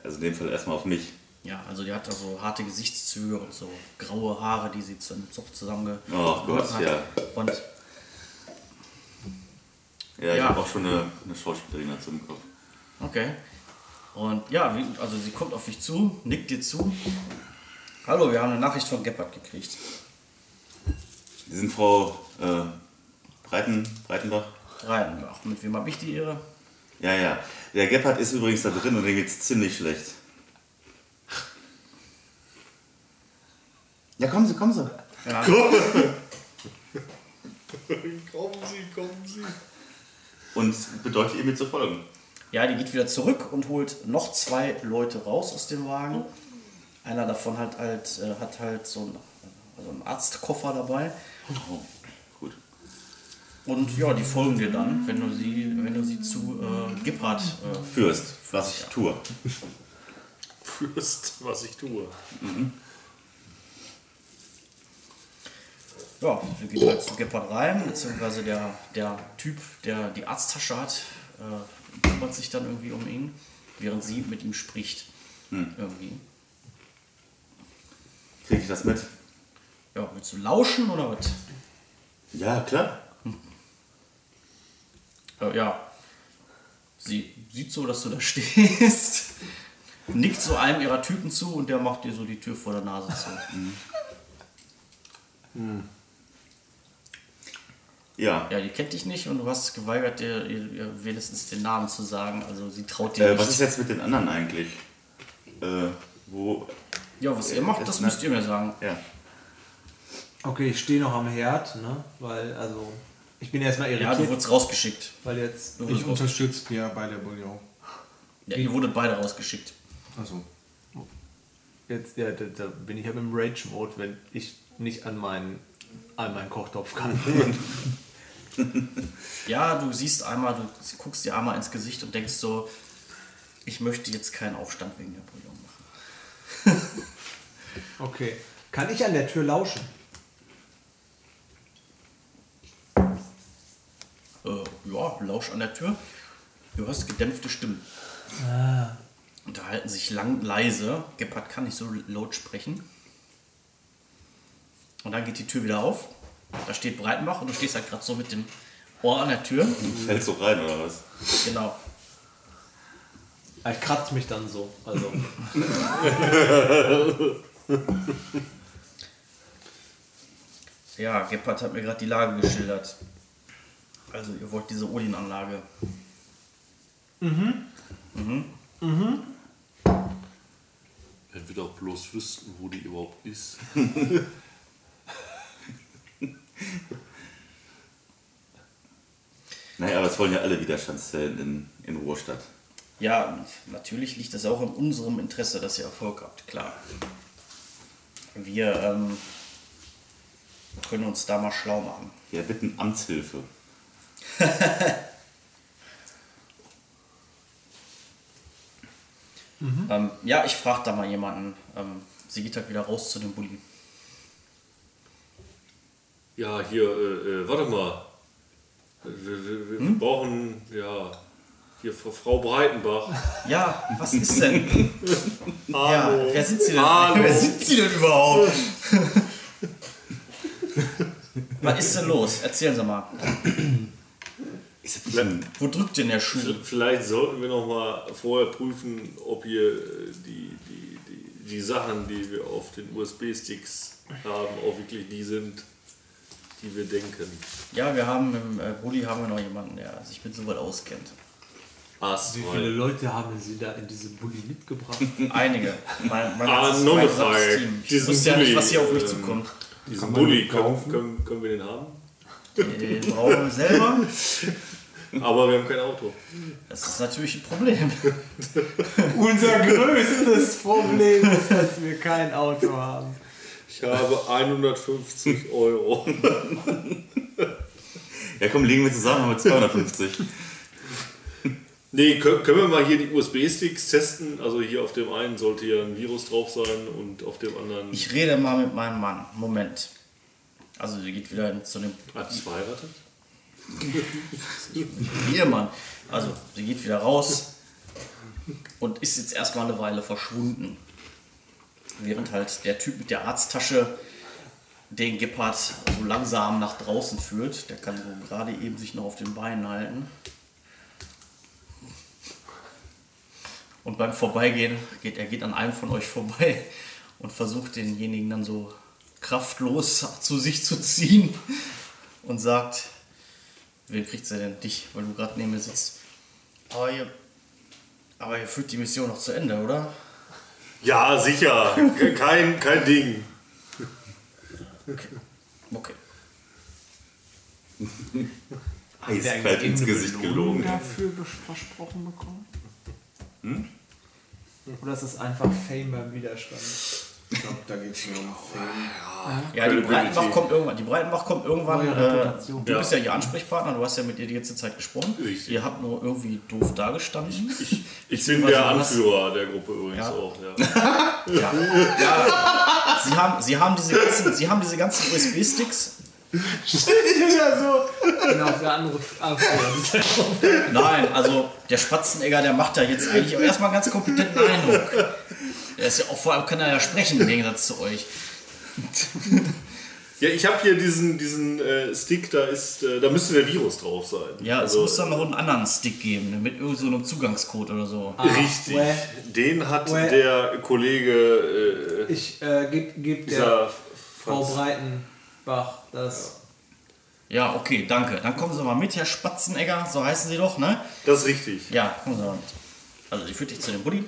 C: Also in dem Fall erstmal auf mich.
B: Ja, also die hat da so harte Gesichtszüge und so graue Haare, die sie zu einem Zopf zusammenge.
C: Oh Gott,
B: hat.
C: ja.
B: Und
C: Ja, ich
B: Ja.
C: habe auch schon eine, eine Schauspielerin dazu im Kopf.
B: okay. Und ja, wie- also sie kommt auf dich zu, nickt dir zu. Hallo, wir haben eine Nachricht von Gebhardt gekriegt.
C: Die sind Frau äh, Breiten, Breitenbach.
B: Reitenbach. Mit wem habe ich die Ehre?
C: Ja, ja. Der Gebhardt ist übrigens da drin und dem geht's ziemlich schlecht. Ja, kommen Sie, kommen Sie.
D: Kommen Sie, kommen Sie.
C: Und bedeutet ihr mir zu folgen.
B: Ja, die geht wieder zurück und holt noch zwei Leute raus aus dem Wagen. Einer davon hat halt, äh, hat halt so einen, also einen Arztkoffer dabei.
C: Oh, gut.
B: Und ja, die folgen dir dann, wenn du sie, wenn du sie zu äh, Gebhardt äh,
C: Fürst, was ich tue.
D: Fürst, was ich tue.
B: Ja, sie geht halt zu Gebhardt rein, beziehungsweise der, der Typ, der die Arzttasche hat, äh, kümmert sich dann irgendwie um ihn, während sie mit ihm spricht.
C: Hm.
B: Irgendwie.
C: Kriege ich das mit?
B: Ja, willst du lauschen oder was?
C: Ja, klar.
B: Äh, ja. Sie sieht so, dass du da stehst, nickt so einem ihrer Typen zu und der macht dir so die Tür vor der Nase zu.
C: Hm. Ja.
B: Ja, die kennt dich nicht und du hast geweigert, ihr, ihr, ihr wenigstens den Namen zu sagen. Also sie traut dir
C: Äh,
B: nicht.
C: was ist jetzt mit den anderen eigentlich? Äh, wo.
B: ja, was ihr macht, das
C: Ist
B: müsst ihr mir sagen.
C: Ja.
E: Okay, ich stehe noch am Herd, ne? Weil, also, ich bin erstmal
B: Ja, du
E: irritiert,
B: wurdest rausgeschickt.
E: weil jetzt.
B: Du
A: Ich
B: wurdest raus
A: unterstütze ja bei der Bouillon. Also,
B: ja, ihr wurdet beide rausgeschickt.
A: Achso.
E: jetzt ja, da, da bin ich ja im Rage-Mode, wenn ich nicht an meinen, an meinen Kochtopf kann.
B: Ja, du siehst einmal, du guckst dir einmal ins Gesicht und denkst so, ich möchte jetzt keinen Aufstand wegen der Bouillon machen.
E: okay. Kann ich an der Tür lauschen?
B: Äh, ja, lausch an der Tür. Du hörst gedämpfte Stimmen. Unterhalten sich lang leise. Gebhardt kann nicht so laut sprechen. Und dann geht die Tür wieder auf. Da steht Breitenbach und du stehst halt gerade so mit dem Ohr an der Tür.
C: Fällt so rein oder was?
B: Genau.
E: Ah, Ich kratze mich dann so. Also,
B: Ja, Gebhardt hat mir gerade die Lage geschildert. Also ihr wollt diese Odin-Anlage.
D: Wenn wir doch bloß wüssten, wo die überhaupt ist.
C: Naja, aber es wollen ja alle Widerstandszellen in, in Ruhrstadt.
B: Ja, natürlich liegt es auch in unserem Interesse, dass ihr Erfolg habt, klar. Wir ähm, können uns da mal schlau machen.
C: Wir bitten Amtshilfe.
B: Ähm, ja, ich frage da mal jemanden. Ähm, sie geht halt wieder raus zu dem Bulli.
D: Ja, hier, äh, äh, warte mal. Wir, wir, wir
A: Hm?
D: brauchen, ja, hier Frau, Frau Breitenbach.
B: Ja, was ist denn? ja,
D: Hallo.
B: wer sind sie denn?
D: Hallo.
B: Wer sind sie denn überhaupt? was ist denn los? Erzählen Sie mal.
C: Ist das nicht ein,
B: Wo drückt denn der Schuh?
D: Vielleicht sollten wir noch mal vorher prüfen, ob hier äh, die, die, die, die Sachen, die wir auf den USB-Sticks haben, auch wirklich die sind, die wir denken.
B: Ja, wir haben im äh, Bulli haben wir noch jemanden, der sich mit sowas auskennt.
D: Ass,
E: wie viele
D: weil-
E: Leute haben Sie da in diese Bulli mitgebracht?
B: Einige. Mein, mein
D: Ah,
B: ganzes-
D: nur
B: mein
D: eine
B: gesamtes
D: Frage.
B: Team. Ich
D: Diesen
B: wusste ja nicht,
D: Bulli,
B: was hier auf mich
D: ähm,
B: zukommt.
A: man
D: Diesen Bulli,
A: den
D: können,
A: kaufen?
D: können, können wir den haben?
B: Den brauchen wir selber.
D: Aber wir haben kein Auto.
B: Das ist natürlich ein Problem.
E: Unser größtes Problem ist, dass wir kein Auto haben.
D: Ich habe 150 Euro.
C: ja komm, legen wir zusammen, haben wir 250.
D: Nee, können, können wir mal hier die USB-Sticks testen? Also hier auf dem einen sollte ja ein Virus drauf sein und auf dem anderen.
B: Ich rede mal mit meinem Mann. Moment. Also, der geht wieder zu dem
D: Hat es verheiratet?
B: Ehemann. Also, sie geht wieder raus und ist jetzt erstmal eine Weile verschwunden. Während halt der Typ mit der Arzttasche den Gepard so langsam nach draußen führt. Der kann so gerade eben sich noch auf den Beinen halten. Und beim Vorbeigehen geht er geht an einem von euch vorbei und versucht denjenigen dann so kraftlos zu sich zu ziehen und sagt, Wen kriegt sie denn? Dich, weil du gerade neben mir sitzt. Aber ihr, aber ihr führt die Mission noch zu Ende, oder?
D: Ja, sicher. Kein, kein Ding.
B: Okay.
C: Eiskalt ins Gesicht gelogen.
E: dafür versprochen bekommen? Oder ist das einfach Fame beim Widerstand?
A: Ich glaube, da geht es nur um Fame.
B: Ja, die Breitenbach kommt irgendwann. Die Breitenbach kommt irgendwann.
E: Neue
B: Äh,
E: Reputation.
B: du bist ja ihr Ansprechpartner, du hast ja mit ihr die ganze Zeit gesprochen.
D: Richtig.
B: Ihr habt nur irgendwie doof dagestanden.
D: Ich bin
B: Beziehungsweise
D: der
B: was-
D: Anführer der Gruppe übrigens
B: Ja.
D: auch. Ja.
B: Ja. ja. Sie, haben, sie, haben diese ganzen, sie haben diese ganzen USB-Sticks.
E: ja, so. Genau, der andere. Ah, okay.
B: Nein, also der Spatzenegger, der macht da jetzt eigentlich erstmal einen ganz kompetenten Eindruck. Er ist ja auch vor allem kann er ja sprechen im Gegensatz zu euch.
D: Ja, ich habe hier diesen, diesen äh, Stick, da ist, äh, da müsste der Virus drauf sein.
B: Ja, es
D: Also,
B: muss dann noch einen anderen Stick geben, ne, mit irgendeinem so einem Zugangscode oder so.
D: Richtig.
E: Well.
D: Den hat
E: Well.
D: der Kollege äh,
E: Ich äh, gebe geb
D: dieser
E: der Frau
D: Franz-
E: Breitenbach das.
B: Ja, okay, danke. Dann kommen Sie mal mit, Herr Spatzenegger, so heißen Sie doch, ne?
D: Das ist richtig.
B: Ja, kommen Sie mal mit. Also ich führe dich zu dem Buddy.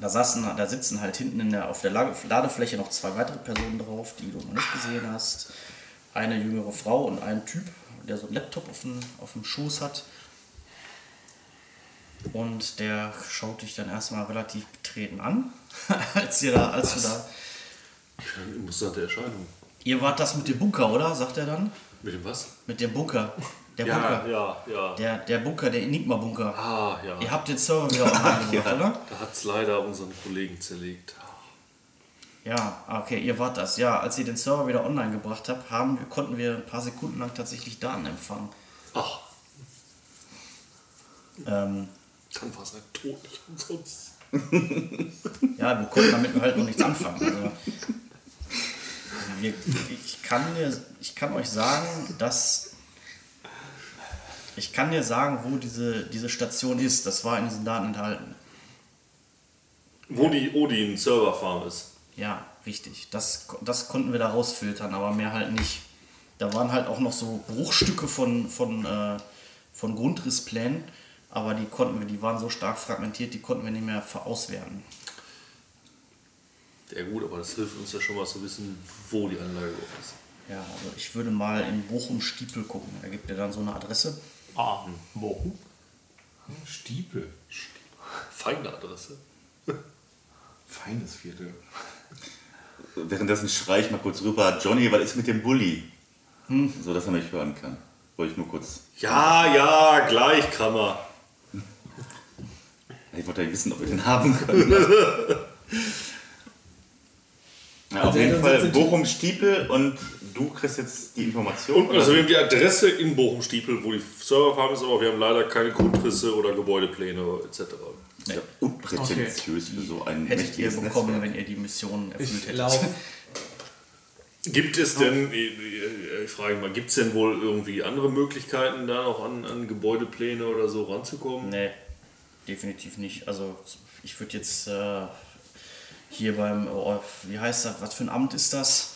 B: Da, saßen, da sitzen halt hinten in der, auf der Lage, Ladefläche noch zwei weitere Personen drauf, die du noch nicht gesehen hast. Eine jüngere Frau und ein Typ, der so einen Laptop auf dem, auf dem Schoß hat. Und der schaut dich dann erstmal relativ betreten an, als, ihr da, als du da...
D: Ich muss nach der Erscheinung.
B: Ihr wart das mit dem Bunker, oder? Sagt er dann.
D: Mit dem was?
B: Mit dem Bunker. Der
D: Ja,
B: Bunker.
D: ja, ja.
B: Der, der Bunker, der Enigma-Bunker.
D: Ah, ja.
B: Ihr habt den Server wieder online gemacht, oder?
D: Da hat es leider unseren Kollegen zerlegt.
B: Ja, ah, okay, ihr wart das. Ja, als ihr den Server wieder online gebracht habt, haben, wir- konnten wir ein paar Sekunden lang tatsächlich Daten empfangen.
D: Ach,
B: Ähm,
D: dann war es halt tot, nicht umsonst.
B: ja, wir konnten damit halt noch nichts anfangen. Also, wir, ich, kann dir, ich kann euch sagen, dass. Ich kann dir sagen, wo diese, diese Station ist. Das war in diesen Daten enthalten.
D: Wo die Odin Serverfarm ist.
B: Ja, richtig. Das, das konnten wir da rausfiltern, aber mehr halt nicht. Da waren halt auch noch so Bruchstücke von, von, äh, von Grundrissplänen, aber die konnten wir, die waren so stark fragmentiert, die konnten wir nicht mehr ver- auswerten.
D: Ja gut, aber das hilft uns ja schon mal zu wissen, wo die Anlage überhaupt ist.
B: Ja, also ich würde mal in Bochum-Stiepel gucken. Da gibt er dann so eine Adresse.
E: Ah, Bochum.
A: Stiepel.
D: Feine Adresse.
A: Feines Viertel.
C: Währenddessen schreie ich mal kurz rüber, Johnny, was ist mit dem Bulli? So, dass er mich hören kann. Wollte ich nur kurz.
D: Ja, ja, gleich, Krammer.
C: Ich wollte ja wissen, ob wir den haben können. ja, auf
E: Also,
C: jeden
E: dann
C: Fall
E: sind sie-
C: Bochum-Stiepel und du kriegst jetzt die Information.
D: Und also wir haben die Adresse in Bochum-Stiepel, wo die Serverfarm ist, aber wir haben leider keine Grundrisse oder Gebäudepläne etc.
C: ja, unprätentiös für so ein
B: Hättet ihr
C: mächtiges
B: bekommen,
C: Netzwerk.
B: wenn ihr die Mission erfüllt
E: Ich
B: hättet.
E: laufe.
D: Gibt es denn, ich, ich frage mal, gibt es denn wohl irgendwie andere Möglichkeiten, da noch an, an Gebäudepläne oder so ranzukommen?
B: Nee, definitiv nicht. Also ich würde jetzt äh, hier beim, oh, wie heißt das, was für ein Amt ist das?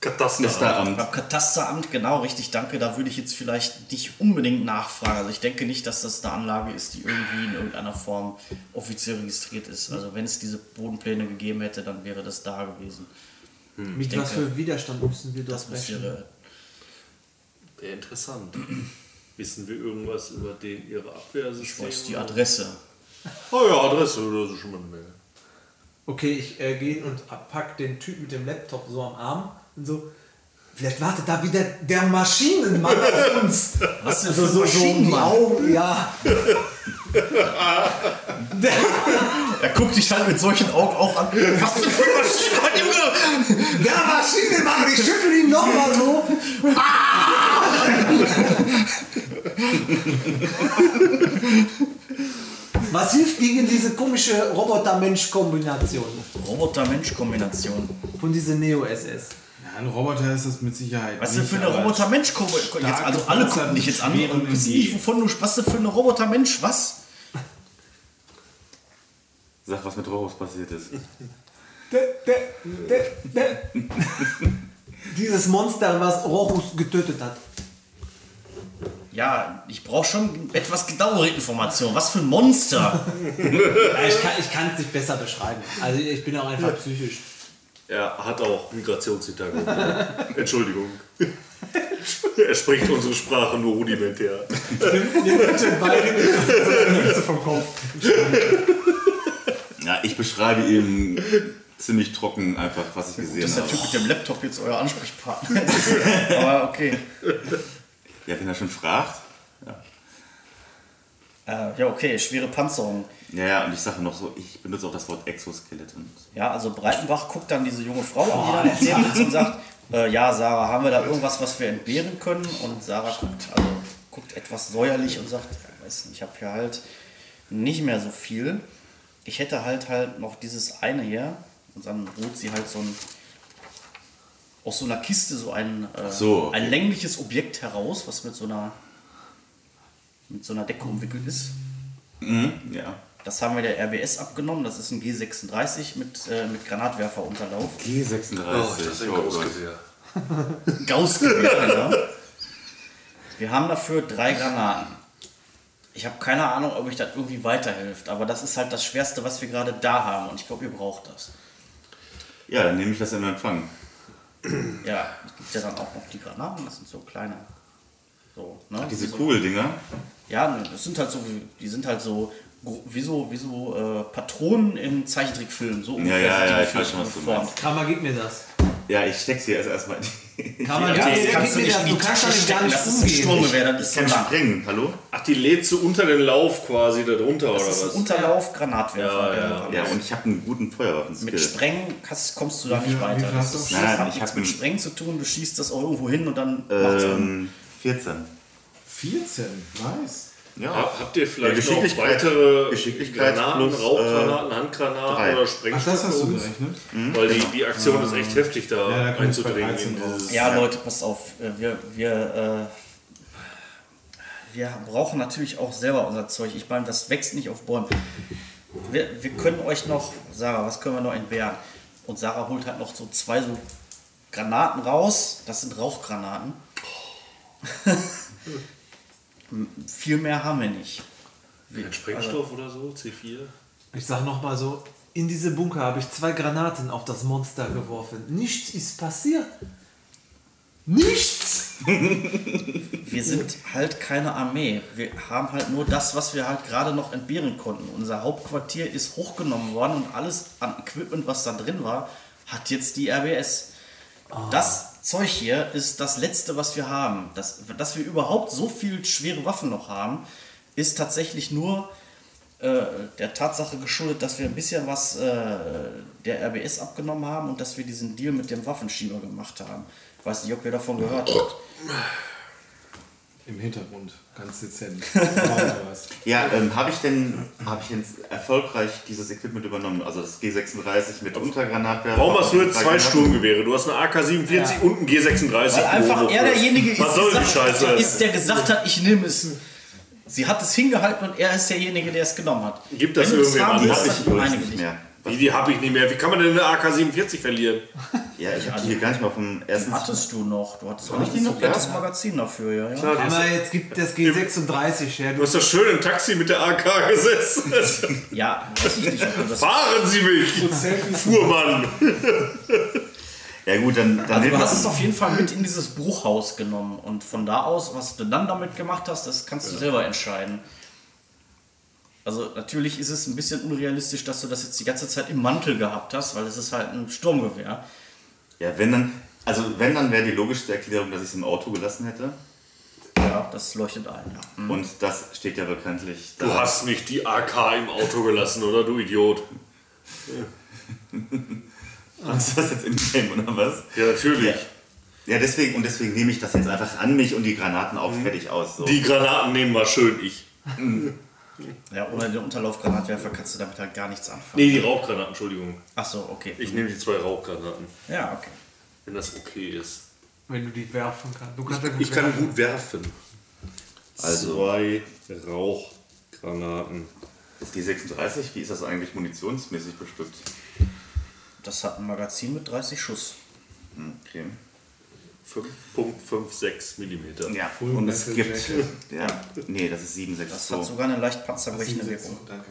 D: Katasteramt.
C: Ministeramt.
B: Beim Katasteramt, genau, richtig, danke. Da würde ich jetzt vielleicht nicht unbedingt nachfragen. Also ich denke nicht, dass das eine Anlage ist, die irgendwie in irgendeiner Form offiziell registriert ist. Also wenn es diese Bodenpläne gegeben hätte, dann wäre das da gewesen.
E: Mit was
B: denke,
E: für Widerstand müssen wir
B: Das
E: das rechnen?
B: wäre,
D: Wäre interessant. Wissen wir irgendwas über den ihre
B: ich wollte die
D: Abwehrsysteme?
B: Adresse.
D: Oh ja, Adresse, das ist schon mal eine Mail.
E: Okay, ich äh, gehe hin und pack den Typ mit dem Laptop so am Arm und so. Vielleicht wartet da wieder der Maschinenmann auf uns.
B: Was denn
E: So, so, so um die Augen, ja.
B: Er guckt dich halt mit solchen Augen auch an. Was denn für ein Maschinenmann, Junge?
E: Der Maschinenmann, ich schüttel ihn nochmal so. Ah! Was hilft gegen diese komische Roboter-Mensch-Kombination
B: Roboter-Mensch-Kombination.
E: von dieser Neo-SS?
A: Ja, ein Roboter ist das mit Sicherheit.
B: Was denn
A: nicht,
B: für eine
A: aber-
B: Roboter-Mensch-Kombination? Jetzt, also alle gucken dich jetzt an und wissen nicht, wovon du. Was denn für eine Roboter-Mensch? Was?
C: Sag, was mit Roros passiert ist.
E: Dä, dä, dä, dä. Dieses Monster, was Rochus getötet hat.
B: Ja, ich brauche schon etwas genauere Informationen. Was für ein Monster!
E: Ja, ich kann es nicht besser beschreiben. Also ich bin auch einfach psychisch.
D: Er hat auch Migrationshintergrund. ja. Entschuldigung. er spricht unsere Sprache nur rudimentär.
E: Nimm, nimm bitte beide Mütze vom Kopf.
C: Ja, ich beschreibe ihm ziemlich trocken einfach, was ich gesehen
B: Ist der Typ
C: habe.
B: mit dem Laptop jetzt euer Ansprechpartner? Aber okay.
C: Ja, wenn er schon fragt.
B: Äh, ja, okay, schwere Panzerung.
C: Ja, ja, und ich sage noch so, ich benutze auch das Wort Exoskelett. Und
B: Ja, also Breitenbach guckt dann diese junge Frau an, die da erzählt ist und sagt, äh, ja, Sarah, haben wir da irgendwas, was wir entbehren können? Und Sarah guckt, also, guckt etwas säuerlich und sagt, ja, weiß nicht, ich habe hier halt nicht mehr so viel. Ich hätte halt halt noch dieses eine hier. Und dann holt sie halt so ein aus so einer Kiste so ein, äh,
C: so, okay.
B: ein längliches Objekt heraus, was mit so einer mit so einer Decke umwickelt ist.
C: Mhm. Ja.
B: Das haben wir der RBS abgenommen. Das ist ein G36 mit, äh, mit Granatwerferunterlauf.
C: G36.
F: Oh, das ist ein
C: Oh Gott.
F: Großgewehr.
B: Gaussgewehr, genau. Wir haben dafür drei Granaten. Ich habe keine Ahnung, ob euch das irgendwie weiterhilft, aber das ist halt das Schwerste, was wir gerade da haben und ich glaube, ihr braucht das.
C: ja, dann nehme ich das in Empfang.
B: Ja, es gibt ja dann auch noch die Granaten, das sind so kleine. So, ne?
C: Diese
B: so,
C: Kugeldinger.
B: Ja, das sind halt so, die sind halt so gro- wie so, wie so äh, Patronen im Zeichentrickfilm. So ungefähr
C: ja,
B: sind die
C: ja, ich
B: gefühlt
C: weiß schon, was du
B: geformt.
C: meinst.
E: Karma, gib mir das.
C: Ja, ich stecke sie jetzt erstmal in die.
E: Karma,
B: Ja,
E: gib
B: das
E: mir,
B: kannst
E: gib
B: du
E: mir
B: nicht
E: das.
B: in
E: Du
B: die
E: kannst
B: Tasche
E: damit gar
B: stecken,
E: nicht
B: das ist ein
E: umgehen.
B: Sturmgewehr, das ist so
C: Kann
B: lang.
C: springen, hallo?
D: Ach, die lädst du unter den Lauf quasi da drunter,
B: Das ist
D: oder
B: ein
D: was?
B: Unterlauf, Granatwerfer.
D: Ja,
B: genau.
C: Ja, und ich habe einen guten Feuerwaffenskill.
B: Mit Sprengen kannst, kommst du da
A: Wie viel-
B: nicht
A: wie viel
B: weiter. Das,
A: hast
B: ist,
A: du?
B: das hat
C: Nein, ich
B: nichts
C: hab
B: mit
C: einen-
B: Sprengen zu tun. Du schießt das auch irgendwo hin und dann macht's an.
C: Ähm, 14.
A: 14, nice.
D: Hab- Habt ihr
C: Ja,
D: vielleicht noch
C: Geschicklichkeit-
D: weitere
C: Geschicklichkeit
D: Granaten,
C: plus, äh,
D: Rauchgranaten, Handgranaten
C: drei.
D: oder
A: Ach,
D: Sprengstoff?
A: das hast
D: für
A: du
D: uns?
A: gerechnet?
D: Weil die, die Aktion ist echt heftig, da
A: Ja, da kommt es bei
D: einzudringen.
A: 13
D: in
A: raus.
D: dieses-
B: Ja, Leute, passt auf. Äh, Wir, wir, äh, wir brauchen natürlich auch selber unser Zeug. Ich meine, das wächst nicht auf Bäumen. Wir, wir können euch noch, Sarah, was können wir noch entbehren? Und Sarah holt halt noch so zwei so Granaten raus. Das sind Rauchgranaten. Viel mehr haben wir nicht.
D: Kein Sprengstoff oder so, C4.
E: Ich sag nochmal so, in diese Bunker habe ich zwei Granaten auf das Monster geworfen. Nichts ist passiert. Nichts!
B: Wir sind halt keine Armee. Wir haben halt nur das, was wir halt gerade noch entbehren konnten. Unser Hauptquartier ist hochgenommen worden und alles an Equipment, was da drin war, hat jetzt die RBS. Das Zeug hier ist das Letzte, was wir haben. Das, dass wir überhaupt so viel schwere Waffen noch haben, ist tatsächlich nur äh, der Tatsache geschuldet, dass wir ein bisschen was äh, der RBS abgenommen haben und dass wir diesen Deal mit dem Waffenschieber gemacht haben. Ich weiß nicht, ob ihr davon gehört habt.
A: Im Hintergrund, ganz dezent. Aber was.
C: Ja, ähm, habe ich denn hab ich denn erfolgreich dieses Equipment übernommen? Also das G36 mit Untergranatwerfer.
D: Warum hast du jetzt
C: Drei
D: zwei
C: Granaten?
D: Sturmgewehre? Du hast eine AK-47 und einen G36.
B: Weil einfach
D: Wofür?
B: er derjenige ist,
D: Oh, Was soll die
B: gesagt-
D: Scheiße?
B: ist, der gesagt hat, ich nehme es. Sie hat es hingehalten und er ist derjenige, der es genommen hat.
D: Gib das
B: Wenn du
D: irgendwem
B: Zahn
D: an,
B: bist,
D: das
C: Hab
B: dann
C: ich übrigens
B: reinige
C: nicht
B: dich.
C: mehr.
D: Wie, die habe ich nicht mehr. Wie kann man denn eine AK-47 verlieren?
C: Ja, ich habe die hier gar nicht mal vom ersten.
B: Hattest du noch? Du hattest auch
C: ich
B: nicht
C: die
B: ein
C: noch?
B: komplettes
C: Ja.
B: Magazin dafür, ja. ja. also
D: Klar, die
E: Aber
D: ist-
E: jetzt gibt das G36 her.
D: Du
E: Du
D: hast doch schön im Taxi mit der AK gesessen.
B: Ja, weiß ich nicht, ob du das.
D: Fahren Sie mich, Fuhrmann.
C: Ja gut, dann, dann
B: Also
C: nehmen
B: du
C: wir
B: hast es auf jeden Fall mit in dieses Bruchhaus genommen und von da aus, was du dann damit gemacht hast, das kannst du selber entscheiden. Also natürlich ist es ein bisschen unrealistisch, dass du das jetzt die ganze Zeit im Mantel gehabt hast, weil es ist halt ein Sturmgewehr.
C: Ja, wenn dann. Also wenn dann wäre die logischste Erklärung, dass ich es im Auto gelassen hätte.
B: Ja, das leuchtet ein. Ja. Mhm.
C: Und das steht ja bekanntlich
D: Du
C: da.
D: hast nicht die AK im Auto gelassen, oder du Idiot?
C: Hast du das jetzt in-game oder was?
D: Ja, natürlich.
C: Ja, deswegen, und deswegen nehme ich das jetzt einfach an mich und die Granaten auch fertig aus. So.
D: Mhm. Die Granaten nehmen wir schön ich.
B: Ja, ohne den Unterlaufgranatwerfer kannst du damit halt gar nichts anfangen.
D: Nee, die Rauchgranaten, Entschuldigung.
B: Ach so, okay.
D: Ich nehme die zwei Rauchgranaten,
B: Ja, okay.
D: wenn das okay ist.
E: wenn du die werfen kannst. Du kannst ja gut
D: Ich kann
E: werfen.
D: gut werfen.
C: Also-
D: Zwei Rauchgranaten.
C: Das G36, wie ist das eigentlich munitionsmäßig bestückt?
B: Das hat ein Magazin mit 30 Schuss.
C: Hm, Okay.
D: 5,56 mm.
C: Ja,
A: Full
C: und es
A: Metal
C: gibt.
A: Jacket.
C: Ja, nee, das ist 7,62.
B: Das hat sogar eine leicht panzerbrechende Wirkung.
A: Danke.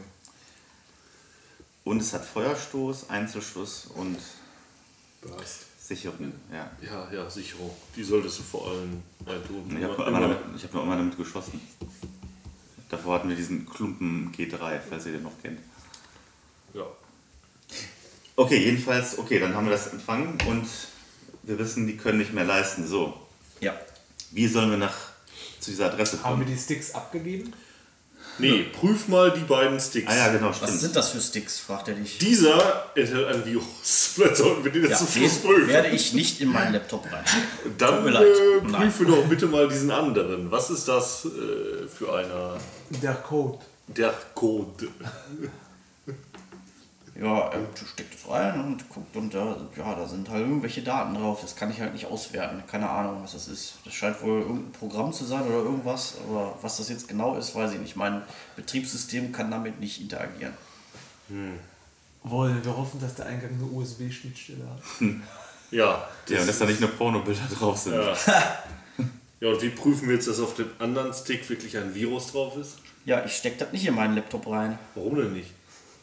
C: Und es hat Feuerstoß, Einzelschuss und
D: Was?
C: Sicherung. Ja.
D: Ja, ja, Sicherung. Die solltest du vor allem reintun.
C: Ich habe nur, einmal damit- ich hab nur einmal damit geschossen. Davor hatten wir diesen Klumpen G3, falls ihr den noch kennt.
D: Ja.
C: Okay, jedenfalls, okay, dann haben wir das empfangen und wir wissen, die können nicht mehr leisten. So,
B: Ja.
C: wie sollen wir nach zu dieser Adresse
E: Haben wir
C: kommen?
E: die Sticks abgegeben?
D: Nee,
B: Genau.
D: prüf mal die beiden Sticks.
C: Ah ja, genau,
B: Was
C: stimmt.
B: sind das für Sticks, fragt er dich.
D: Dieser enthält ein Virus. Vielleicht sollten wir den jetzt
B: Ja,
D: zum Schluss
B: den
D: prüfen.
B: werde ich nicht in meinen Laptop reinschicken.
D: Dann
B: Tut mir
D: äh,
B: leid. Nein.
D: prüfe doch bitte mal diesen anderen. Was ist das äh, für einer
E: Der Code.
D: der Code?
B: ja, er steckt es rein und guckt und da, ja, da sind halt irgendwelche Daten drauf. Das kann ich halt nicht auswerten. Keine Ahnung, was das ist. Das scheint wohl irgendein Programm zu sein oder irgendwas, aber was das jetzt genau ist, weiß ich nicht. Mein Betriebssystem kann damit nicht interagieren.
E: Wollen wir hoffen, dass der Eingang eine USB-Schnittstelle hat.
D: Ja,
C: Ja, und dass da nicht nur Pornobilder drauf sind.
D: ja. ja, und wie prüfen wir jetzt, dass auf dem anderen Stick wirklich ein Virus drauf ist?
B: Ja, ich stecke das nicht in meinen Laptop rein.
D: Warum denn nicht?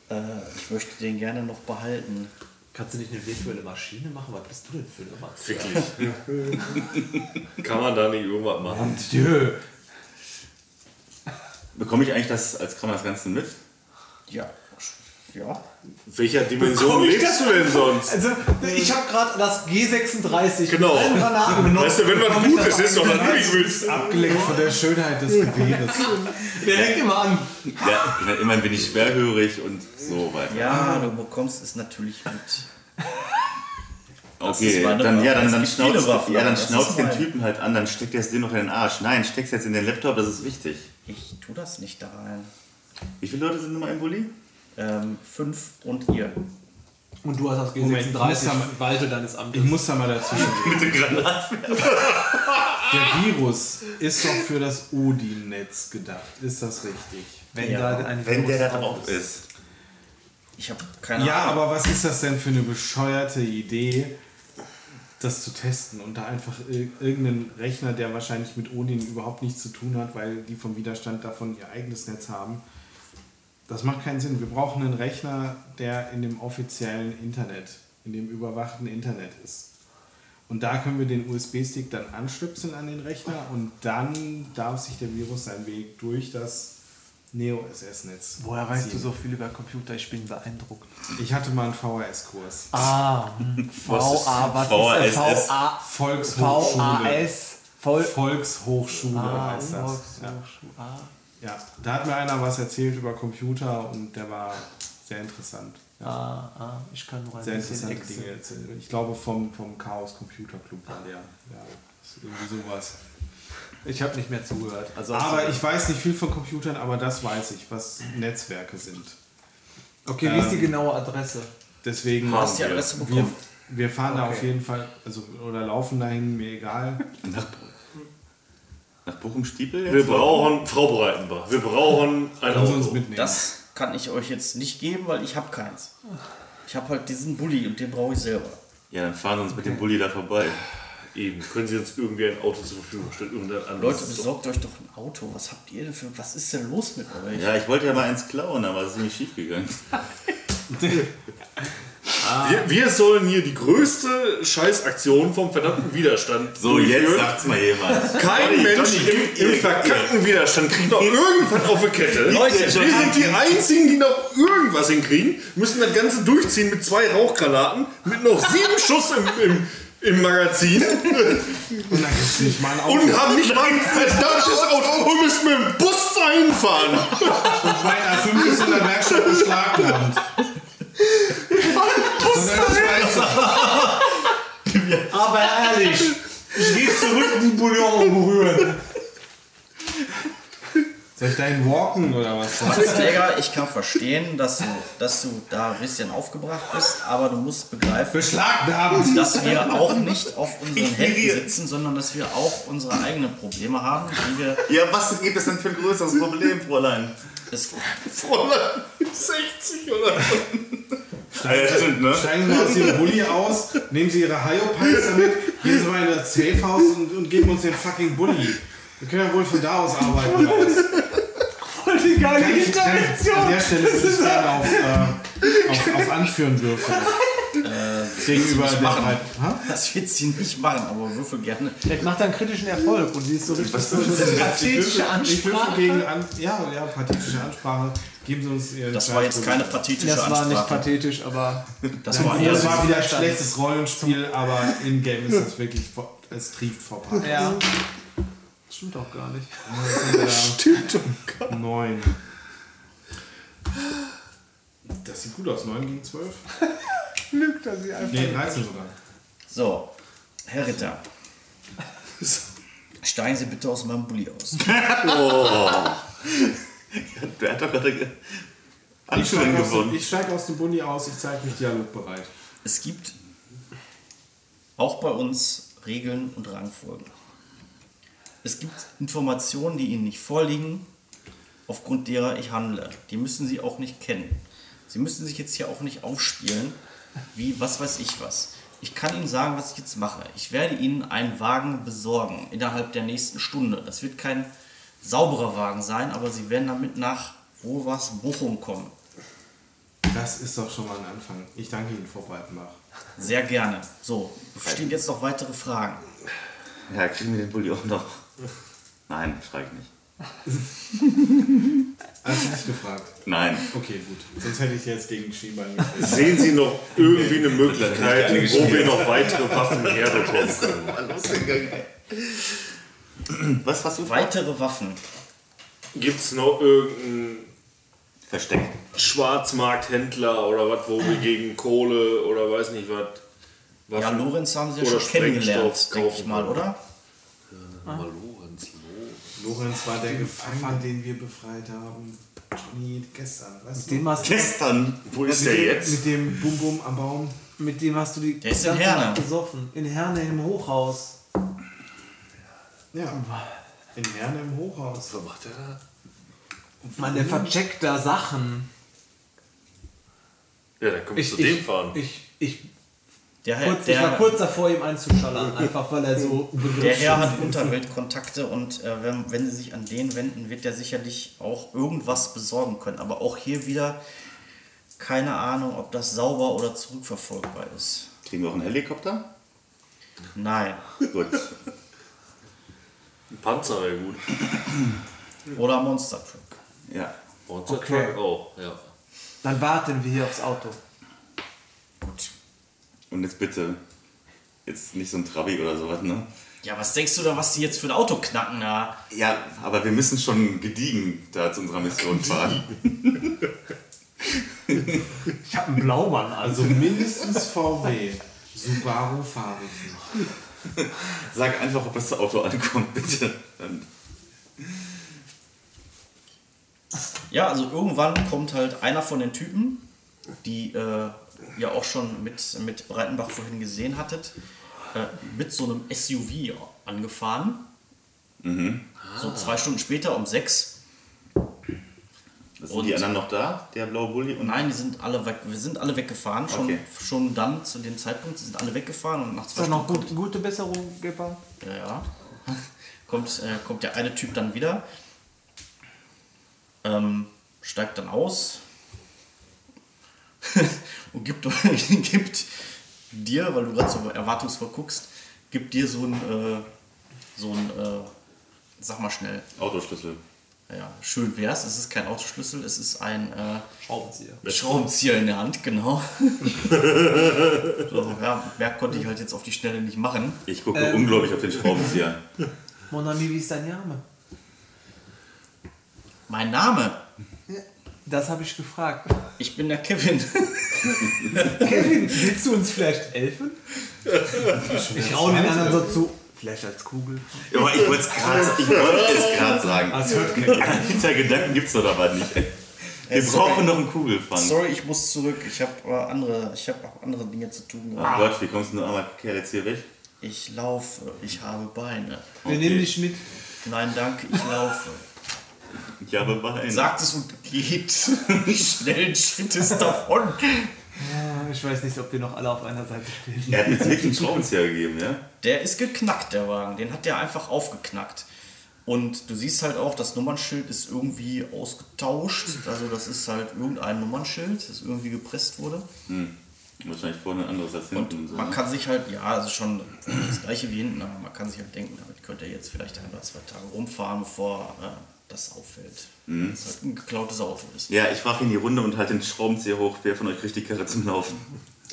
B: Äh, ich möchte den gerne noch behalten.
E: Kannst du nicht eine virtuelle Maschine machen? Was bist du denn für ein Max?
D: Wirklich. Kann man da nicht irgendwas machen?
E: Und jö.
C: Bekomme ich eigentlich das als Kram das Ganze mit?
B: Ja. Ja.
D: Welcher Dimension lebst du denn sonst?
B: Äh,
E: Also, ich habe gerade das G36
D: Genau.
E: mit allen Granaten benutzt.
D: Weißt du, wenn was Gutes ist, doch natürlich willst du.
A: Abgelenkt von der Schönheit des Gewebes.
E: Der hängt immer an.
C: Ja, ich meine, immerhin bin ich schwerhörig und so weiter.
A: Ah.
B: Ja, du bekommst es natürlich mit.
C: Okay,
B: ist meine
C: dann,
B: Waffe.
C: ja, dann,
B: Es
C: dann
B: gibt viele
C: schnauzt
B: Waffen,
C: ja, dann
B: aber das
C: schnauzt
B: ist
C: den
B: meine.
C: Typen halt an, dann steckt er es dir noch in den Arsch. Nein, steckst jetzt in den Laptop, das ist wichtig.
B: Ich tu das nicht da rein.
C: Wie viele Leute sind immer im Bulli?
B: Ähm, fünf und ihr.
E: Und du hast das G36
A: Moment, ich muss da mal-
E: Walte deines Amtes.
A: Ich muss da mal dazwischen. Mit dem Granatwerfer. Der Virus ist doch für das Odin-Netz gedacht. Ist das richtig?
E: wenn
B: Ja.
E: da ein
C: Wenn
E: Virus
C: der da drauf ist.
B: Ich habe keine
A: Ja,
B: Ahnung.
A: aber was ist das denn für eine bescheuerte Idee, das zu testen und da einfach ir- irgendeinen Rechner, der wahrscheinlich mit Odin überhaupt nichts zu tun hat, weil die vom Widerstand davon ihr eigenes Netz haben. Das macht keinen Sinn. Wir brauchen einen Rechner, der in dem offiziellen Internet, in dem überwachten Internet ist. Und da können wir den USB-Stick dann anschlipseln an den Rechner und dann darf sich der Virus seinen Weg durch das Neo-SS-Netz.
E: Woher weißt du so viel über Computer? Ich bin beeindruckt.
A: Ich hatte mal einen VHS-Kurs.
E: Ah, VA, was
C: was
E: ist
C: ist denn VAS?
E: VA?
A: Volkshochschule.
E: VAS. Voll.
A: Volkshochschule
E: Ah,
A: heißt das. Ja. ja, da hat mir einer was erzählt über Computer und der war sehr interessant. Ja.
E: ah, ich kann nur ein
A: Sehr
E: bisschen
A: interessante Dinge erzählt. Ich glaube vom, vom Chaos Computer Club war der. Ja, ist irgendwie sowas.
E: Ich habe nicht mehr zugehört. Also
A: Aber ich weiß nicht viel von Computern, aber das weiß ich, was Netzwerke sind.
E: okay, wie
A: ähm,
E: ist die genaue Adresse?
A: Deswegen.
B: Du hast die Adresse
A: wir,
B: bekommen.
A: wir fahren da auf
E: Okay.
A: jeden Fall, also oder laufen dahin, mir egal.
C: Nach, nach Bochum-Stiepel jetzt?
D: Wir brauchen, Frau Breitenbach, wir brauchen ein
A: Lass uns
D: Auto.
A: mitnehmen.
B: Das kann ich euch jetzt nicht geben, weil ich habe keins. Ich habe halt diesen Bulli und den brauche ich selber.
C: Ja, dann fahren wir uns mit dem Bulli da vorbei.
D: Eben, können Sie uns irgendwie ein Auto zur Verfügung stellen? Irgendein anderes
B: Leute, besorgt euch doch ein Auto. Was habt ihr denn für. Was ist denn los mit euch?
C: Ja, ich wollte ja mal eins klauen, aber es ist nicht schief gegangen.
D: Wir, wir sollen hier die größte Scheißaktion vom verdammten Widerstand
C: So, jetzt sagt's mal jemand.
D: Kein
C: Johnny,
D: Mensch
C: Johnny,
D: im, im verkackten Widerstand kriegt noch irgendwas auf die Kette.
B: Leute,
D: wir
B: schon
D: sind
B: haben-
D: die Einzigen, die noch irgendwas hinkriegen, müssen das Ganze durchziehen mit zwei Rauchgranaten, mit noch sieben Schuss im, im, im
A: Und
D: Magazin
A: dann gibt's nicht mal ein Auto.
D: und haben nicht mal ein verdammtes Auto und müssen mit dem Bus einfahren.
A: Mein A5 ist in der Werkstatt beschlagnahmt. So eine Scheiße.
E: Aber ehrlich, ich gehe zurück die Bouillon berühren.
A: Soll ich dahin walken oder was?
B: Max Jäger, ich kann verstehen, dass du, dass du da ein bisschen aufgebracht bist, aber du musst begreifen,
A: Beschlagnahmt!
B: dass wir auch nicht auf unseren Händen sitzen, sondern dass wir auch unsere eigenen Probleme haben, die wir.
C: Ja, was gibt es denn für ein größeres Problem, Fräulein?
B: Es,
D: Fräulein 60 oder
C: Ah, ja, stimmt, ne?
A: Steigen Sie mal aus Ihrem Bulli aus, nehmen Sie Ihre Haiopeis damit, gehen Sie mal in das Safehouse und, und geben uns den fucking Bulli. Wir können ja wohl von da aus arbeiten. oder was?
E: Voll die geile
A: Kann ich, kann ich an der Stelle würde ich gerne auf, äh, auf, auf Anführen würfeln. Gegenüber der
B: machen.
A: Breit- Ha?
B: das wird sie nicht machen, aber würfel gerne.
E: Vielleicht macht er einen kritischen Erfolg und die ist so richtig so eine pathetische
A: Ich würfel
E: Ansprache.
A: gegen an, ja, ja, pathetische Ansprache. Geben Sie uns Ihr
B: Das war jetzt keine pathetische
E: Das war nicht
B: Ansprache.
E: pathetisch, aber
B: Das war
A: Das
B: eher
A: war wieder ein schlechtes Rollenspiel, aber in-game ist es wirklich, vor- es trieft vor Party.
E: ja. Stimmt auch gar nicht.
A: Stimmt doch Neun. Das sieht gut aus, 9 gegen 12.
E: Lügt er sie einfach.
A: Nee, 13 sogar.
B: So, Herr Ritter. Steigen Sie bitte aus meinem Bulli aus.
C: Der hat doch gerade.
A: Ich
C: ge-
A: steige
C: Anstrengend
A: aus, dem-
C: geworden.
A: ich steig aus dem Bulli aus, ich zeige mich dialogbereit.
B: Es gibt auch bei uns Regeln und Rangfolgen. Es gibt Informationen, die Ihnen nicht vorliegen, aufgrund derer ich handle. Die müssen Sie auch nicht kennen. Sie müssen sich jetzt hier auch nicht aufspielen, wie was weiß ich was. Ich kann Ihnen sagen, was ich jetzt mache. Ich werde Ihnen einen Wagen besorgen innerhalb der nächsten Stunde. Das wird kein sauberer Wagen sein, aber Sie werden damit nach wo was Bochum kommen.
A: Das ist doch schon mal ein Anfang. Ich danke Ihnen, Frau Breitenbach.
B: Sehr gerne. So, bestehen jetzt noch weitere Fragen.
C: Ja, kriegen wir den Bulli auch noch. Nein, schreib nicht.
A: Hast du nicht gefragt?
C: Nein.
A: Okay, gut. Sonst hätte ich jetzt gegen Schienbein gespielt.
D: Sehen Sie noch irgendwie eine Möglichkeit, wo wir noch weitere Waffen herbekommen können?
C: Was hast du?
B: Weitere Waffen.
D: Gibt es noch irgendeinen
C: Versteck.
D: Schwarzmarkthändler oder was, wo wir gegen Kohle oder weiß nicht was Waffen
B: Ja, Lorenz haben sie ja
D: oder
B: schon
D: Sprengstoff
B: kennengelernt, denke ich
D: kaufen
B: mal,
D: können?
B: oder?
D: Mal Ah, Lorenz, Lorenz.
A: Lorenz war der Gefangen, den wir befreit haben. Johnny, gestern, weißt
E: Dem hast,
C: Gestern.
D: Wo ist der jetzt?
A: Mit dem Bum Bum am Baum.
E: mit dem hast du die
B: Der ist in
E: ganze
B: Herne.
E: Nacht gesoffen. In Herne im Hochhaus.
A: Ja. In Herne im Hochhaus.
D: Was macht der da?
E: Mann,
B: Mhm.
E: der vercheckt da Sachen.
D: Ja, dann können wir
E: Ich,
D: zu
E: ich,
D: dem fahren.
E: Ich, ich,
B: Der Herr,
E: kurz, ich war
B: Äh, der,
E: kurz davor, ihm einzuschallern, einfach weil er so
B: der
E: begriffen
B: Herr hat Unterweltkontakte und äh, wenn, wenn sie sich an den wenden, wird er sicherlich auch irgendwas besorgen können. Aber auch hier wieder keine Ahnung, ob das sauber oder zurückverfolgbar ist.
C: Kriegen wir auch einen Helikopter?
B: Nein.
C: Gut.
D: Ein Panzer wäre gut.
B: Oder Monster Truck.
C: Ja.
D: Monster
E: Okay.
D: Truck auch, oh, ja.
E: Dann warten wir hier aufs Auto.
B: Gut.
C: Und jetzt bitte. Jetzt nicht so ein Trabi oder sowas, ne?
B: Ja, was denkst du da, was die jetzt für ein Auto knacken da?
C: Ja, aber wir müssen schon gediegen da zu unserer Mission fahren.
E: Ich habe einen Blaumann an.
A: Also mindestens VW. Subaru fahre ich nicht.
C: Sag einfach, ob das Auto ankommt, bitte. Dann
B: Ja, also irgendwann kommt halt einer von den Typen, die äh, ihr auch schon mit, mit Breitenbach vorhin gesehen hattet, äh, mit so einem SUV angefahren. So zwei Stunden später um sechs.
C: sind
B: Und-
C: Also die anderen noch da, der blaue Bulli und
B: Nein, die sind alle weg, wir sind alle weggefahren. Schon,
C: Okay.
B: schon dann zu dem Zeitpunkt, sie sind alle weggefahren und nach
E: Ist
B: zwei
E: das noch
B: Stunden.
E: gut, gute Besserung, Gepard?
B: Ja, ja. kommt, äh, kommt der eine Typ dann wieder. Ähm, steigt dann aus. und gibt, gibt dir, weil du gerade so erwartungsvoll guckst, gibt dir so ein, äh, so ein, äh, sag mal schnell,
C: Autoschlüssel.
B: ja, schön wär's, es ist kein Autoschlüssel, es ist ein äh,
E: Schraubenzieher.
B: Schraubenzieher in der Hand, genau. so, ja, mehr konnte ich halt jetzt auf die Schnelle nicht machen.
C: Ich gucke unglaublich auf den Schraubenzieher.
E: Mon ami, wie ist dein Name?
B: Mein Name,
E: Das habe ich gefragt.
B: ich bin der Kevin.
E: Kevin, willst du uns vielleicht helfen? Ich raune den anderen so zu. Vielleicht als Kugel.
C: Ja, aber ich wollte es gerade sagen.
E: Das hört keiner.
C: Hinter Gedanken gibt's doch aber nicht. ey. Wir
B: sorry.
C: brauchen noch einen Kugelfang.
B: Sorry, ich muss zurück. Ich habe äh, andere, ich hab auch andere Dinge zu tun.
C: Oh Gott, wie kommst du denn armer Kerl jetzt hier weg?
B: Ich laufe, ich habe Beine.
E: Wir nehmen dich mit.
B: Nein, danke, ich laufe.
C: Ich habe Beine.
B: Sagt es und geht. Schnellen Schrittes davon.
E: Ah, Ich weiß nicht, ob wir noch alle auf einer Seite stehen.
C: Er hat mir jetzt wirklich einen Schraubenzieher gegeben, ja?
B: Der ist geknackt, der Wagen. Den hat der einfach aufgeknackt. Und du siehst halt auch, das Nummernschild ist irgendwie ausgetauscht. Also das ist halt irgendein Nummernschild, das irgendwie gepresst wurde.
C: Wahrscheinlich vorne ein anderes als hinten. Und so,
B: Man
C: ne?
B: kann sich halt, ja, also schon das gleiche wie hinten, aber man kann sich halt denken, damit könnte er jetzt vielleicht ein oder zwei Tage rumfahren, bevor äh, das auffällt.
C: Mhm.
B: Das halt ein geklautes Auto ist.
C: Ja, ich frage in die Runde und halt den Schraubenzieher hoch. Wer von euch kriegt die Karre zum Laufen?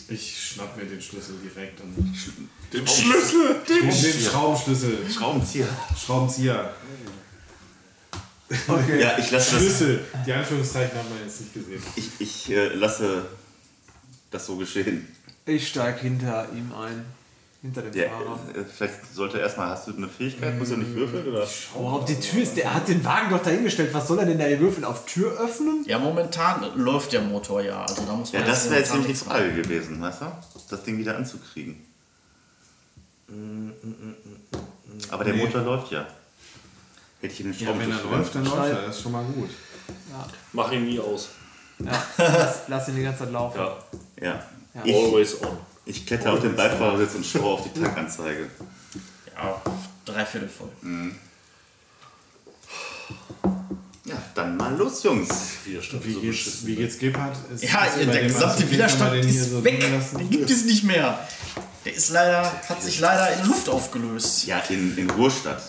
A: Ich schnapp mir den Schlüssel direkt und
D: Den Schlüssel!
A: den Schraubenschlüssel.
C: Schraubenzieher.
A: Schraubenzieher.
E: Okay.
C: Ja, ich lasse das.
A: Schlüssel. Die Anführungszeichen haben wir jetzt nicht gesehen.
C: Ich, ich äh, lasse das so geschehen.
E: Ich steige hinter ihm ein. hinter dem
C: Der,
E: Fahrer.
C: äh, vielleicht sollte er erstmal, hast du eine Fähigkeit, muss er nicht würfeln? Oder?
E: Oh, auf die Tür ist der, er hat den Wagen doch dahingestellt. Was soll er denn da hier würfeln? Auf Tür öffnen?
B: Ja, momentan läuft der Motor ja. Also da muss man
C: Ja, das wäre jetzt
B: momentan
C: nämlich die
B: nichts
C: Frage gewesen, weißt du? Das Ding wieder anzukriegen. Aber der Motor läuft ja. Hätte ich ihm den
A: Ja, wenn er
C: Schraubenzieher
A: läuft, dann läuft er. Das ist schon mal gut.
D: Mach ihn nie aus.
E: Ja, lass, lass ihn die ganze Zeit laufen.
D: Ja.
C: Ja.
E: Ja.
C: Ich,
D: Always on.
C: ich kletter auf den Beifahrersitz und schaue auf die Tankanzeige.
B: machen. Ja, dreiviertel voll.
C: Mhm. Ja, dann mal los, Jungs.
D: Widerstand
A: Wie
D: so
A: geht's,
D: beschissen.
A: wie geht's Gebhardt? Es-
B: Ja,
A: ist
B: ihr-
A: bei
B: der
A: dem
B: gesamte
A: Artikel, kann
B: Widerstand
A: man den hier
B: ist
A: so
B: weg.
A: liegen
B: Den
A: lassen?
B: gibt es nicht mehr. Der ist leider, hat sich leider in Luft aufgelöst.
C: Ja, in, in Ruhrstadt.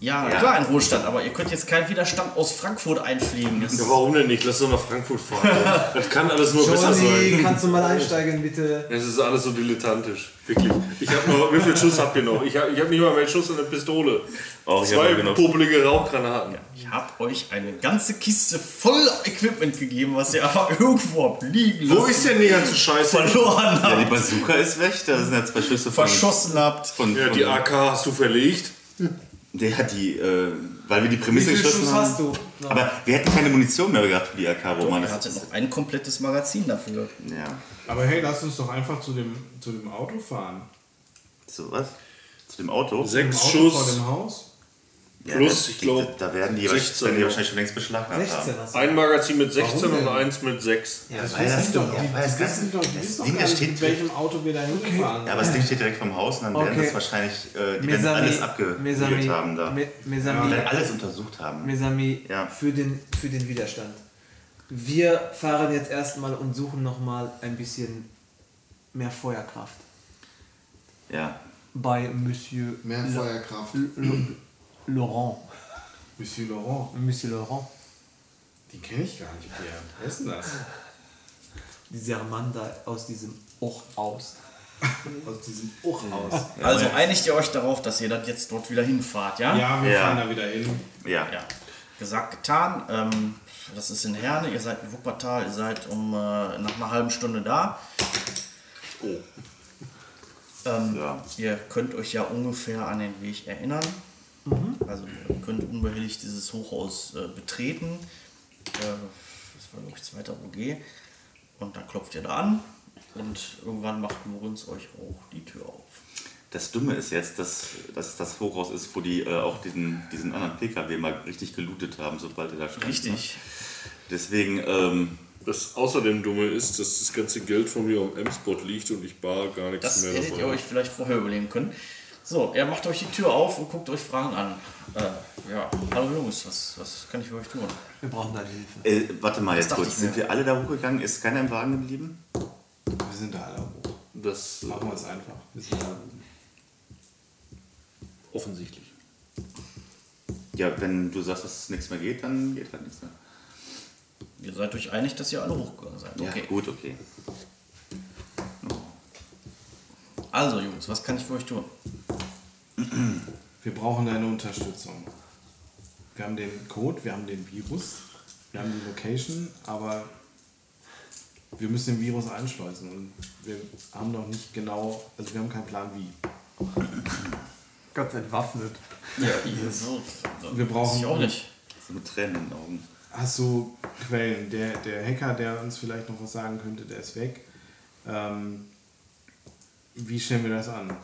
B: Ja,
C: Ja.
B: klar, in Ruhestand, aber ihr könnt jetzt keinen Widerstand aus Frankfurt einpflegen. Das
D: Ja, warum denn nicht? Lass doch nach Frankfurt fahren. das kann alles nur besser
E: Johnny,
D: sein.
E: kannst du mal einsteigen, bitte?
D: Es ist alles so dilettantisch. Wirklich. Ich hab noch, wie viel Schuss habt ihr noch? Ich hab, ich hab nicht mal mehr Schuss in der Pistole.
C: Oh, ich hab
D: Zwei
C: noch genug.
D: popelige Rauchgranaten.
B: Ich habe euch eine ganze Kiste voll Equipment gegeben, was ihr aber irgendwo habt liegen lassen.
D: Wo ist denn die ganze Scheiße?
B: verloren habt,
C: Ja, die Bazooka ist weg. Da sind ja zwei Schüsse von.
B: verschossen habt.
C: von,
D: Ja,
C: von
D: die AK hast du verlegt.
C: Ja, die, äh, weil wir die
E: Wie
C: Prämisse
E: viel
C: geschossen
E: Schuss
C: haben.
E: hast du? Ja.
C: Aber wir hätten keine Munition mehr gehabt für die AK, Roman.
B: Ihr hattet noch ein komplettes Magazin dafür.
C: Ja,
A: Aber hey, lass uns doch einfach zu dem, zu dem Auto fahren.
C: so was? Zu dem Auto?
A: Im
D: Sechs
A: Auto vor
D: Schuss.
A: dem Haus.
C: Ja,
D: Plus,
C: da-
D: ich glaub,
C: Da, da werden die,
D: 16
C: werden die
D: noch.
C: wahrscheinlich schon längst beschlagnahmt
E: 16
C: haben.
E: hast du.
D: Ein Magazin mit 16
A: Warum denn?
D: und eins mit 6.
E: Ja, das
C: Weil das
E: wissen
C: Ding-
E: doch.
C: ja, weil das ganze-
A: Wissen doch,
C: das
A: wissen doch
C: Ding,
A: gar
C: das
A: nicht,
C: steht
A: mit welchem Auto wir da hingefahren
C: Ja, aber das Ding steht direkt vom Haus und dann werden
E: Okay.
C: das wahrscheinlich, äh, die
E: Mes
C: werden
E: amis,
C: alles
E: mes amis,
C: abgewühlt haben da.
E: me- mes
C: Die
E: amis,
C: werden alles untersucht haben.
E: mes amis,
C: Ja.
E: für, den, für den Widerstand. Wir fahren jetzt erstmal und suchen nochmal ein bisschen mehr Feuerkraft
C: Ja.
E: bei Monsieur
F: Mehr
E: La-
F: Feuerkraft.
E: L- L- Laurent.
A: Monsieur Laurent,
E: Monsieur Laurent.
A: die kenne ich gar nicht mehr. Wer ist denn das?
E: Dieser Mann da aus diesem Och aus.
A: Aus diesem Ochhaus.
B: Also einigt ihr euch darauf, dass ihr dann jetzt dort wieder hinfahrt, ja?
A: Ja, wir
C: Ja.
A: fahren da wieder hin.
C: Ja.
B: Ja. Gesagt, getan. Ähm, das ist in Herne, ihr seid in Wuppertal, ihr seid um äh, nach einer halben Stunde da.
D: Oh.
B: Ähm,
C: Ja.
B: Ihr könnt euch ja ungefähr an den Weg erinnern.
A: Mhm.
B: Also ihr könnt unbehelligt dieses Hochhaus äh, betreten. Äh, das war glaube ich zweiter OG. Und dann klopft ihr da an und irgendwann macht Lorenz euch auch die Tür auf.
C: Das Dumme ist jetzt, dass, dass das Hochhaus ist, wo die äh, auch diesen, diesen anderen PKW mal richtig gelootet haben, sobald er da stand. ne?
B: Richtig.
C: Deswegen, ähm,
D: Das außerdem Dumme ist, dass das ganze Geld von mir am M-Spot liegt und ich bar gar nichts
B: Das
D: mehr
B: hättet ihr
D: davon.
B: euch vielleicht vorher überlegen können. So, er macht euch die Tür auf und guckt euch Fragen an. Äh, ja, hallo Jungs, was, was kann ich für euch tun?
E: Wir brauchen deine Hilfe.
C: äh, warte mal jetzt
B: dachte
C: kurz.
B: ich
C: Sind
B: mir.
C: wir alle da hochgegangen? Ist keiner im Wagen geblieben?
A: Wir sind da alle hoch.
D: Das äh,
A: Machen wir es einfach. Wir sind da oben.
D: offensichtlich.
C: Ja, wenn du sagst, dass nichts mehr geht, dann geht halt nichts mehr.
B: Ihr seid euch einig, dass ihr alle hochgegangen seid.
C: Ja,
B: Okay.
C: gut, okay. Oh,
B: Also Jungs, was kann ich für euch tun?
A: Wir brauchen deine Unterstützung. Wir haben den Code, wir haben den Virus, wir haben die Location, aber wir müssen den Virus einschleusen und wir haben noch nicht genau, also wir haben keinen Plan wie.
E: Ganz entwaffnet.
B: Ja, ihr so.
A: Wir brauchen-
B: Weiß Ich auch nicht.
C: So mit Tränen in den Augen.
A: Hast du Quellen? Der, der Hacker, der uns vielleicht noch was sagen könnte, der ist weg. Ähm, wie stellen wir das an?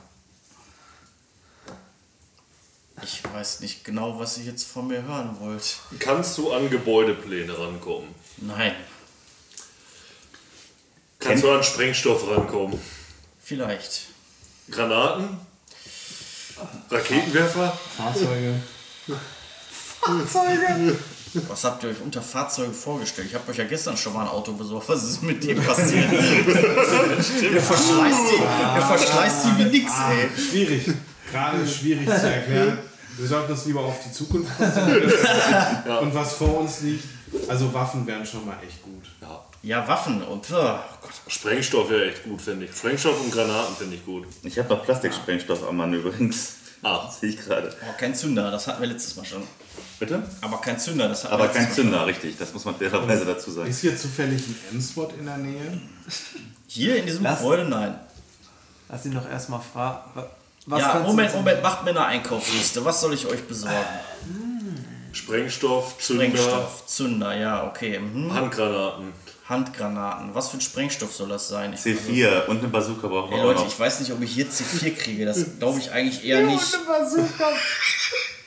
B: Ich weiß nicht genau, was ihr jetzt von mir hören wollt.
D: Kannst du an Gebäudepläne rankommen?
B: Nein,
D: Kannst du an Sprengstoff rankommen?
B: vielleicht.
D: Granaten?
A: Ah.
D: Raketenwerfer?
A: Fahrzeuge?
B: Was habt ihr euch unter Fahrzeugen vorgestellt? Ich habe euch ja gestern schon mal ein Auto besorgt. Was ist mit dem passiert? ihr verschleißt sie, ihr verschleißt sie wie nix, ey.
A: Schwierig. Gerade schwierig zu erklären. Wir sollten uns lieber auf die Zukunft konzentrieren und was vor uns liegt. Also Waffen wären schon mal echt gut.
D: Ja.
B: Ja, Waffen und pff, oh Gott.
D: Sprengstoff wäre echt gut, finde ich. Sprengstoff und Granaten finde ich gut.
C: Ich habe noch Plastiksprengstoff am Mann übrigens.
D: Ah.
C: Sehe ich gerade.
B: Aber kein Zünder, das hatten wir letztes Mal schon.
C: Bitte?
B: Aber kein Zünder, das hatten
C: Aber
B: wir
C: kein
B: letztes
C: Zünder, richtig. Das muss man fairerweise dazu sagen.
A: Ist hier zufällig ein M-Spot in der Nähe?
B: Mal. Hier in diesem
E: Lass-
B: Gebäude, nein.
E: Lass ihn doch erstmal fragen. wa- Was
B: Ja,
E: kannst du-
B: Moment, Moment, macht mir eine Einkaufsliste. Was soll ich euch besorgen?
D: Sprengstoff, Zünder,
B: Sprengstoff, Zünder, ja, okay. Mhm.
D: Handgranaten.
B: Handgranaten. Was für ein Sprengstoff soll das sein? Ich,
C: C4 und eine Bazooka brauchen
B: Ey,
C: wir auch
B: Leute,
C: noch.
B: ich weiß nicht, ob ich hier C4 kriege. Das glaube ich eigentlich eher nicht.
A: Und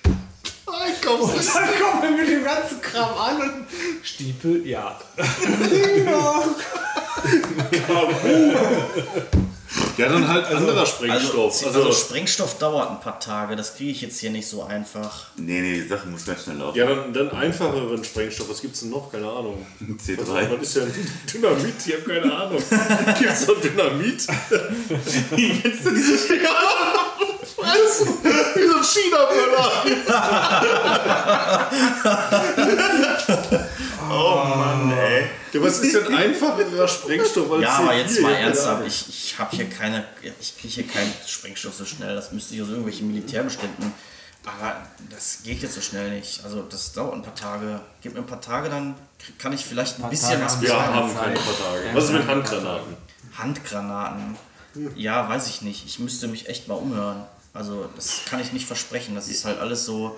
A: dann kommen wir mit dem ganzen Kram an und Stiepel, ja. ja, dann halt
D: Anderer
B: Also,
D: Sprengstoff. Also,
B: also Sprengstoff dauert ein paar Tage. Das kriege ich jetzt hier nicht so einfach.
C: Nee, nee, die Sache muss ganz schnell laufen.
D: ja, dann, dann einfacheren Sprengstoff. Was gibt's denn noch? Keine Ahnung.
C: C3.
D: Was ist denn Dynamit? Ich habe keine Ahnung. Gibt's da Dynamit?
C: Wie willst du diese Schläger fressen? Wie so ein China-Böller. oh Mann, ey.
D: Ja, was ist denn einfacherer Sprengstoff als
B: Ja, aber jetzt mal
D: Ja,
B: ernsthaft. Ich, ich habe hier keine. Ich kriege hier keinen Sprengstoff so schnell. Das müsste ich aus irgendwelchen Militärbeständen. Aber das geht jetzt so schnell nicht. Also das dauert ein paar Tage. Gib mir ein paar Tage, dann krieg- kann ich vielleicht ein bisschen
E: Tage
B: was
E: haben
D: Wir haben keine paar Tage. Was ist mit Handgranaten?
B: Handgranaten. Ja, weiß ich nicht. Ich müsste mich echt mal umhören. Also, das kann ich nicht versprechen. Das ist halt alles so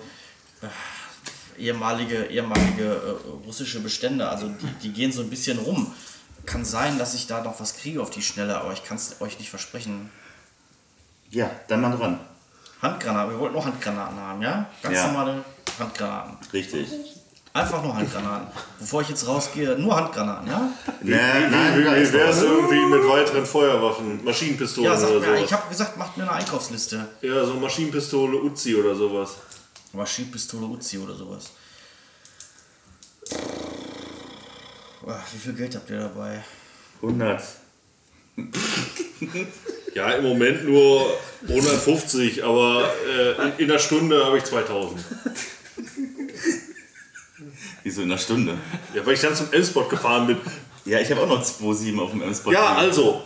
B: äh, ehemalige, ehemalige äh, russische Bestände. Also, die, die gehen so ein bisschen rum. Kann sein, dass ich da noch was kriege auf die Schnelle, aber ich kann es euch nicht versprechen.
C: Ja, dann mal dran.
B: Handgranaten, wir wollten auch Handgranaten haben, ja? Ganz
C: Ja.
B: normale Handgranaten.
C: Richtig.
B: Einfach nur Handgranaten. Bevor ich jetzt rausgehe, nur Handgranaten, ja?
C: Nee,
D: Wie,
C: nein, da
D: wie
C: ist
D: wäre es
C: was.
D: irgendwie mit weiteren Feuerwaffen? Maschinenpistolen
B: Ja, sagt
D: oder
B: mir,
D: sowas?
B: ich habe gesagt, macht mir eine Einkaufsliste.
D: ja, so Maschinenpistole, Uzi oder sowas.
B: Maschinenpistole Uzi oder sowas. Ach, Ah, wie viel Geld habt ihr dabei?
C: 100.
D: Ja, im Moment nur 150, aber äh, in, in einer Stunde habe ich 2000.
C: Wieso in einer Stunde?
D: Ja, weil ich dann zum M-Spot gefahren bin.
C: Ja, ich habe auch noch 2,7 auf dem M-Spot.
D: Ja, also,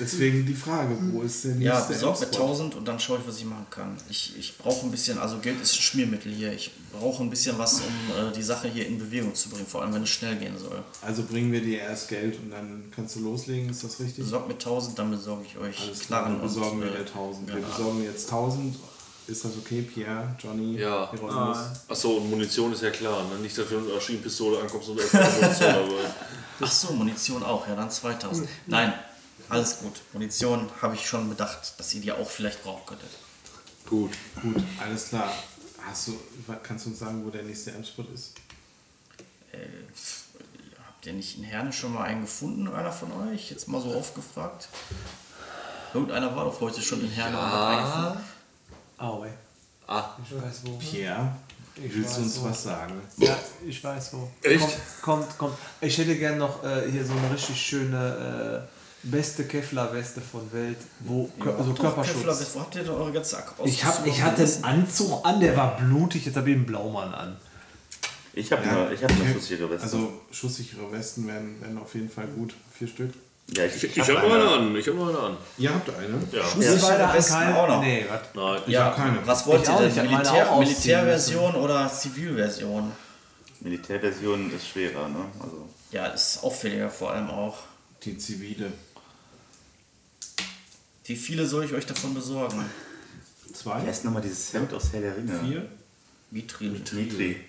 A: Deswegen die Frage, wo ist der
B: Ja,
A: nächste
B: besorgt mir
A: M-Spot?
B: 1000 und dann schaue ich, was ich machen kann. Ich, ich brauche ein bisschen, also Geld ist ein Schmiermittel hier. Ich brauche ein bisschen was, um äh, die Sache hier in Bewegung zu bringen, vor allem wenn es schnell gehen soll.
A: Also bringen wir dir erst Geld und dann kannst du loslegen, ist das richtig?
B: Besorgt mir 1000, dann besorge ich euch
A: Alles klar,
B: Knarren
A: dann besorgen
B: und,
A: wir dir genau.
B: äh,
A: 1000. Wir
B: Granaten.
A: besorgen jetzt 1000. Ist das okay, Pierre, Johnny,
D: Ja.
A: Hieronymus?
E: Ah.
D: achso, und Munition ist ja klar. Ne? Nicht, dass du mit einer Maschinenpistole ankommst und erstmal Munition aber
B: Ach so, Munition auch, ja, dann 2000. Nein, alles gut. Munition habe ich schon bedacht, dass ihr die auch vielleicht brauchen könntet.
D: Gut.
A: Gut, alles klar. Hast du, wa- kannst du uns sagen, wo der nächste M-Spot ist?
B: Äh, habt ihr nicht in Herne schon mal einen gefunden, einer von euch? Jetzt mal so oft gefragt. Irgendeiner war doch heute schon in Herne und hat einen gefunden.
E: Au, ey.
D: Ah.
E: Ich weiß wo.
A: Pierre,
E: Ich
A: willst du
E: weiß
A: uns
E: wo.
A: was sagen?
E: Ja, ich weiß wo.
D: Echt?
E: Kommt, kommt, kommt. Ich hätte gern noch äh, hier so eine richtig schöne äh, beste Kevlar-Weste von Welt, wo Kör also
B: Doch, Kevlar,
E: Körperschutz.
B: wo habt ihr denn eure ganze Ak-
E: Ich, hab, ich
B: Ausrüstung
E: hatte
B: gelassen?
E: einen Anzug an, der war blutig, jetzt habe ich einen Blaumann an.
C: Ich habe nur, ich hab nur schusssichere Weste.
A: Also schusssichere Westen wären, wären auf jeden Fall gut. Vier Stück.
C: ja, ich,
D: Ich, ich habe noch eine an. Ich habe noch eine an.
A: Ihr habt eine?
D: Ja.
B: Ja.
E: Ihr beide
B: Westen
E: an keinen-
B: auch noch.
E: Nee, was?
D: Nein.
B: Ja,
A: hab keine.
B: was
E: Ich
B: wollt
E: auch
B: ihr
E: nicht,
B: denn?
E: ich hab meine
B: Militär,
E: auch ausziehen
B: Militärversion oder Zivilversion?
C: Militärversion ist schwerer, ne? Also,
B: Ja, ist auffälliger vor allem auch.
A: Die zivile.
B: Wie viele soll ich euch davon besorgen?
A: Zwei?
C: wie heißt nochmal dieses Hemd aus Herr der Ringe?
A: Vier?
B: Mitri.
C: Mitri.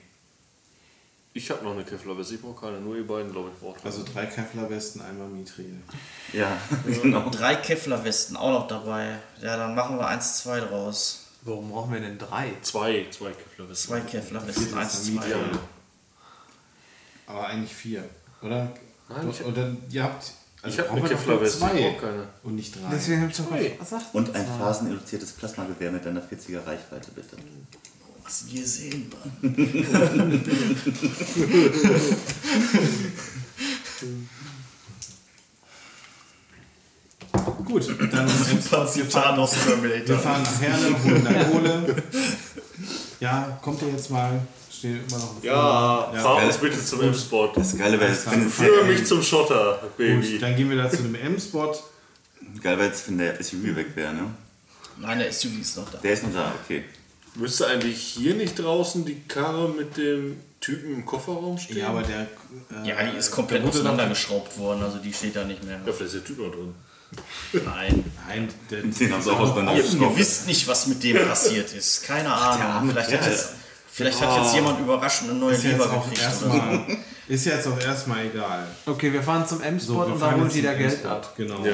D: Ich habe noch eine Kevlar-Weste. Ich brauche keine. Nur ihr beiden, glaube ich, braucht
A: Also drei Kevlar-Westen, einmal Mithril.
C: Ja, genau.
B: Drei Kevlar-Westen auch noch dabei. Ja, dann machen wir 1-2 draus.
E: Warum brauchen wir denn drei?
D: zwei. Zwei Kevlar-Westen.
B: Zwei Kevlar-Westen,
A: Das ist
B: 1-2.
A: Mithril. Aber eigentlich vier, oder?
D: Nein, ich-
A: oder ihr habt. Also
D: Ich hab
A: brauchen
D: eine
A: wir doch nur
D: Kevlar-Weste, ich
A: zwei
D: brauch keine.
A: Und nicht drei.
E: Deswegen habe ich doch gefragt. Was sagt
C: Und ein phaseninduziertes Plasmagewehr mit einer 40er Reichweite, bitte.
B: Was wir sehen, Mann.
A: Gut, dann
B: Super Thanos
A: wir
B: Terminator.
A: fahren nach Herne, holen da Kohle. Ja, kommt ihr jetzt mal? Steht immer noch.
D: Ja,
A: Ja.
D: fahr uns bitte zum M-Spot.
C: Das Geile wäre jetzt, wenn es
D: Führe mich zum Schotter,
A: Gut,
D: Baby.
A: dann gehen wir da zu dem M-Spot.
C: Geil wäre jetzt, wenn der SUV weg wäre, ne?
B: Nein, der SUV ist noch da.
C: Der ist noch da, okay.
D: Müsste eigentlich hier nicht draußen die Karre mit dem Typen im Kofferraum stehen?
A: Ja, aber der. äh,
B: Ja, die ist komplett
A: der wurde doch-
B: auseinandergeschraubt worden, also die steht da nicht mehr.
D: Ja, vielleicht ist der Typ noch drin.
B: Nein.
A: Nein, der,
C: Den haben sie
B: Ihr,
C: auch auseinandergeschraubt.
B: ihr wisst nicht, was mit dem passiert ist. Keine Ahnung.
C: arme
B: Vielleicht hat
C: Kerl.
B: jetzt, vielleicht hat jetzt jemand überraschend eine neue
A: Oh. ist jetzt
B: Leber
A: auch
B: gekriegt. Oder so.
A: erstmal ist jetzt auch erstmal egal.
E: Okay, wir fahren zum M-Spot
A: wir
E: und
A: fahren
E: da holt
A: jetzt
E: jeder
A: zum
E: Geld
A: Endspot,
E: ab.
A: Genau.
D: Ja.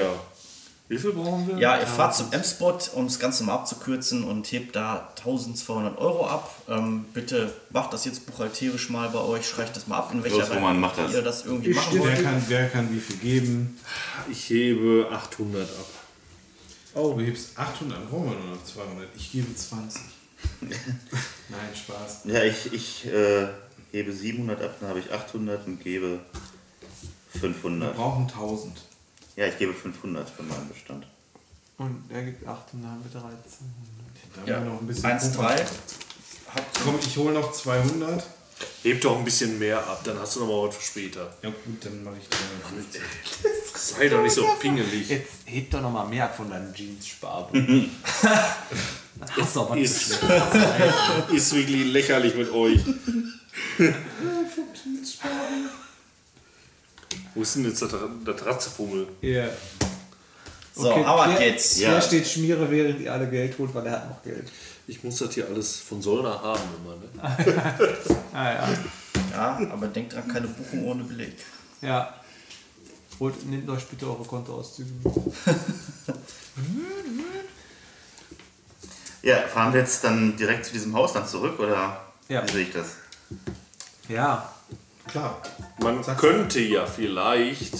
D: Wie viel brauchen wir?
B: Ja, ihr fahrt zum M-Spot, um das Ganze mal abzukürzen und hebt da 1200 Euro ab. Ähm, bitte macht das jetzt buchhalterisch mal bei euch, schreibt das mal ab, in welcher
C: Los, Roman, mach das.
B: ihr das irgendwie machen
A: Wer,
B: wollt.
A: kann, wer kann wie viel geben?
D: Ich hebe 800 ab.
A: Oh, du hebst 800 Roman oder 200. Ich gebe 20. Nein, Spaß.
C: Ja, ich, ich äh, hebe 700 ab, dann habe ich 800 und gebe
A: Wir
C: 500.
A: brauchen 1000.
C: Ja, ich gebe 500 für meinen Bestand.
E: Und er gibt 8 und dann haben wir 13.
A: Da haben
B: Ja,
A: wir noch ein bisschen.
B: 1,
A: Puffer.
B: 3.
A: Komm, ich hole noch 200.
D: Heb doch ein bisschen mehr ab, dann hast du nochmal was für später.
A: Ja, gut, dann mache ich 350.
D: Sei doch nicht so pingelig.
E: Jetzt heb doch nochmal mehr ab von deinem Jeans-Sparbuch. Dann hast du aber nicht.
D: Ist, ist wirklich lächerlich mit euch. Wo ist denn jetzt der, Dra- der Dratzefummel?
A: Ja.
B: So,
E: Okay,
B: aber
E: Pierre-
B: geht's.
E: Pierre
C: Ja.
E: steht Schmiere, während ihr alle Geld holt, weil er hat noch Geld.
D: Ich muss das hier alles von Solna haben immer, ne?
E: Ah ja.
B: Ja, aber denkt dran, keine Buchung ohne Beleg.
E: Ja. Holt, nehmt euch bitte eure Kontoauszüge.
B: Also,
C: Ja, fahren wir jetzt dann direkt zu diesem Haus dann zurück oder
E: Ja.
C: wie sehe ich das?
E: Ja.
A: Klar.
D: Man könnte ja vielleicht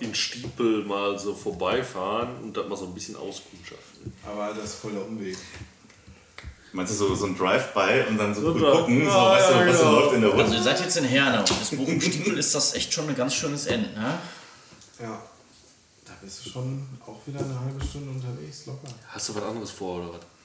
D: in Stiepel mal so vorbeifahren und das mal so ein bisschen auskundschaften.
A: Aber das ist voller Umweg.
C: Meinst du so, so ein Drive-By und dann so cool
D: Drive-
C: gucken, so
D: Ja,
C: was,
D: ja,
C: so, was so
D: genau.
C: läuft in der
B: Also
C: Runde?
B: ihr seid jetzt in Herne und das Buchenstiefel ist das echt schon ein ganz schönes Ende. Ne?
A: Ja. Da bist du schon auch wieder eine halbe Stunde unterwegs, locker.
D: Hast du was anderes vor oder was?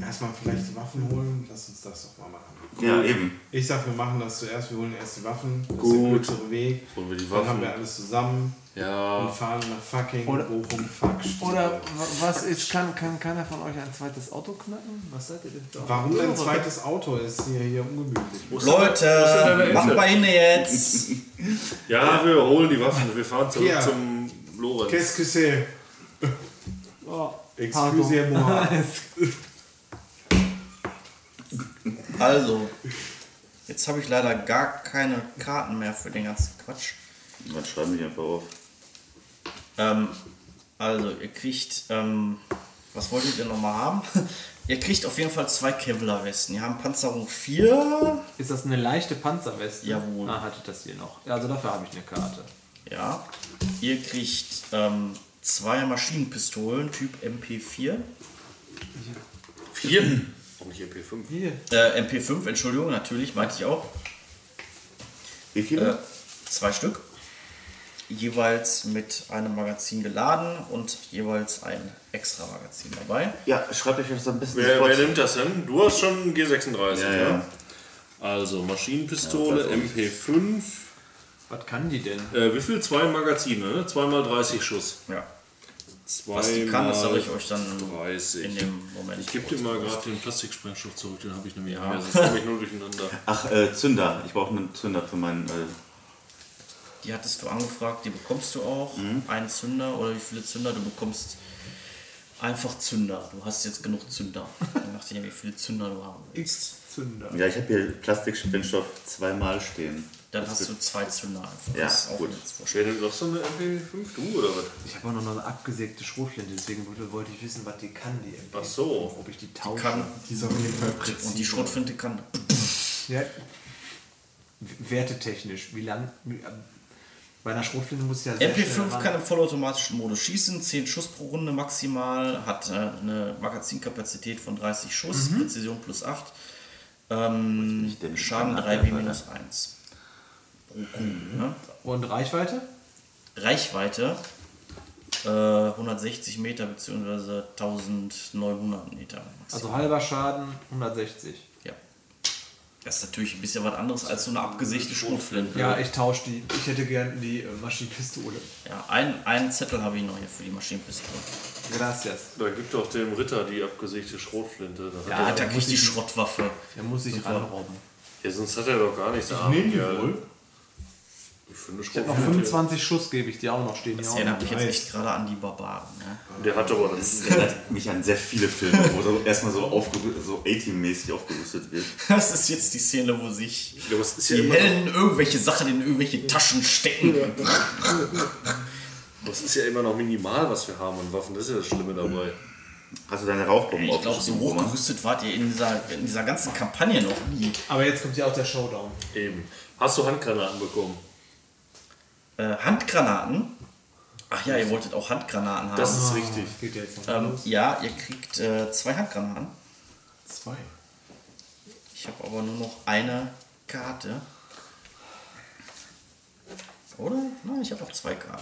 A: Erstmal vielleicht die Waffen holen, lass uns das doch mal machen.
C: Also, Ja, eben.
A: Ich sag, wir machen das zuerst, wir holen erst die Waffen, das ist der
D: Gut.
A: kürzere Weg.
D: Holen wir die
A: Dann haben
D: Waffen.
A: wir alles zusammen und
D: Ja,
A: fahren nach fucking
E: Oder-
A: Bochum fuck
E: Oder wa- was ist, kann, kann keiner von euch ein zweites Auto knacken? Was seid ihr denn für Oh,
A: Warum ein
E: Akteure?
A: zweites Auto ist hier, hier ungemütlich?
B: Leute,
D: Ende?
B: macht mal hin jetzt.
D: ja, wir holen die Waffen, wir fahren zurück
A: Ja.
D: zum Lorenz.
A: Qu'est-ce que c'est?
E: Oh, pardon.
A: Excusez-moi.
B: Also, jetzt habe ich leider gar keine Karten mehr für den ganzen Quatsch.
C: Dann schreiben wir die einfach auf.
B: Ähm, also, ihr kriegt, ähm, was wolltet ihr nochmal haben? Ihr kriegt auf jeden Fall zwei Kevlar-Westen. Ihr habt Panzerung 4.
E: Ist das eine leichte Panzerweste?
B: Jawohl.
E: Ah, hatte das hier noch. Ja, Also dafür habe ich eine Karte.
B: Ja. Ihr kriegt ähm, zwei Maschinenpistolen Typ MP4.
D: Vier. Oh, hier P5.
E: Hier.
B: Äh, MP5, Entschuldigung, natürlich, meinte ich auch.
C: Wie viele?
B: Äh, zwei Stück. Jeweils mit einem Magazin geladen und jeweils ein extra Magazin dabei.
C: Ja, schreibt euch das am besten
D: Wer,
C: sofort.
D: wer nimmt das denn? Du hast schon einen G36,
C: Ja,
D: ja,
C: ja.
D: Also Maschinenpistole,
C: Ja,
D: MP5.
E: Was kann die denn?
D: Äh, wie viel? Zwei Magazine, ne? Zweimal 30 Schuss.
B: Ja.
D: Zweimal
B: Was die kann, das sage ich euch dann
D: 30.
B: in dem Moment.
D: Ich gebe dir mal gerade den Plastiksprengstoff zurück, den habe ich nämlich ja. mehr, sonst komme ich nur durcheinander.
C: Ach, äh, Zünder. Ich brauche einen Zünder für meinen. Äh,
B: Die hattest du angefragt, die bekommst du auch.
D: Mhm.
B: Einen Zünder oder wie viele Zünder? Du bekommst einfach Zünder. Du hast jetzt genug Zünder. Je nachdem, wie viele Zünder du haben willst.
E: Zünder.
C: ja, ich habe hier Plastiksprengstoff zweimal stehen.
B: Dann hast du zwei Zünder einfach.
C: Ja,
B: das ist auch
C: gut.
B: jetzt wurscht.
D: Wer nimmt noch so eine MP5? Du oder was?
E: Ich habe auch noch eine abgesägte Schrotflinte, deswegen wollte- wollte ich wissen, was die kann, die MP.
D: Ach so.
E: Ob ich die tausche.
B: Kann,
A: Die ist auf jeden Fall
B: und die
A: präzise.
B: Schrotflinte kann.
E: Ja. W- Wertetechnisch, wie lang? Wie, ähm, bei einer Schrotflinte muss ich ja sehr schnell
B: MP5
E: ran.
B: kann im vollautomatischen Modus schießen, 10 Schuss pro Runde maximal, hat äh, eine Magazinkapazität von 30 Schuss, Präzision plus 8, ähm,
C: ich denn?
B: Schaden
C: Ach,
B: 3
C: ja,
B: W minus 1.
C: Oh, ne?
B: Ja?
E: Und Reichweite?
B: Reichweite äh, 160 Meter bzw. 1900 Meter.
E: Also halber Schaden, 160.
B: ja. Das ist natürlich ein bisschen was anderes als so eine abgesichte Schrotflinte.
E: Ja, ich tausche die. Ich hätte gern die äh, Maschinenpistole.
B: Ja, ein, einen Zettel habe ich noch hier für die Maschinenpistole.
E: Gracias.
D: Da gibt doch dem Ritter die abgesägte Schrotflinte. Da
B: Ja,
D: hat er,
B: Ah, da kriegt die Schrottwaffe.
E: Da muss ich ranrauben.
D: ja, sonst hat er doch gar nichts. Ich
A: Nehmen die wohl?
D: Ich finde
E: Ich
D: schon.
E: hab noch 25 Schuss, gebe ich dir auch noch stehen.
B: Das
E: hier auch
B: erinnert
E: noch.
B: mich jetzt echt gerade an die Barbaren. Ne?
D: Der hat aber
C: Das
D: das.
C: erinnert mich an sehr viele Filme, wo so erstmal so, aufgerü- so A-Team-mäßig aufgerüstet wird.
B: Das ist jetzt die Szene, wo sich
D: Ja, aber es ist ja
B: die
D: immer noch,
B: Helden irgendwelche Sachen in irgendwelche Taschen stecken.
D: aber es ist ja immer noch minimal, was wir haben an Waffen. Das ist ja das Schlimme dabei.
C: Hast du deine Rauchbomben
B: Ich glaube, so
C: aufgeschrieben, Roman?
B: hochgerüstet wart ihr in dieser, in dieser ganzen Kampagne noch nie.
E: Aber jetzt kommt ja auch der Showdown.
D: Eben. Hast du Handgranaten bekommen?
B: Äh, Handgranaten. Ach ja, ihr wolltet auch Handgranaten haben.
D: Das ist richtig.
E: Das geht ja jetzt noch.
B: ähm, ja, ihr kriegt äh, zwei Handgranaten.
A: Zwei.
B: Ich habe aber nur noch eine Karte. Oder? Nein, ich habe auch zwei Karten.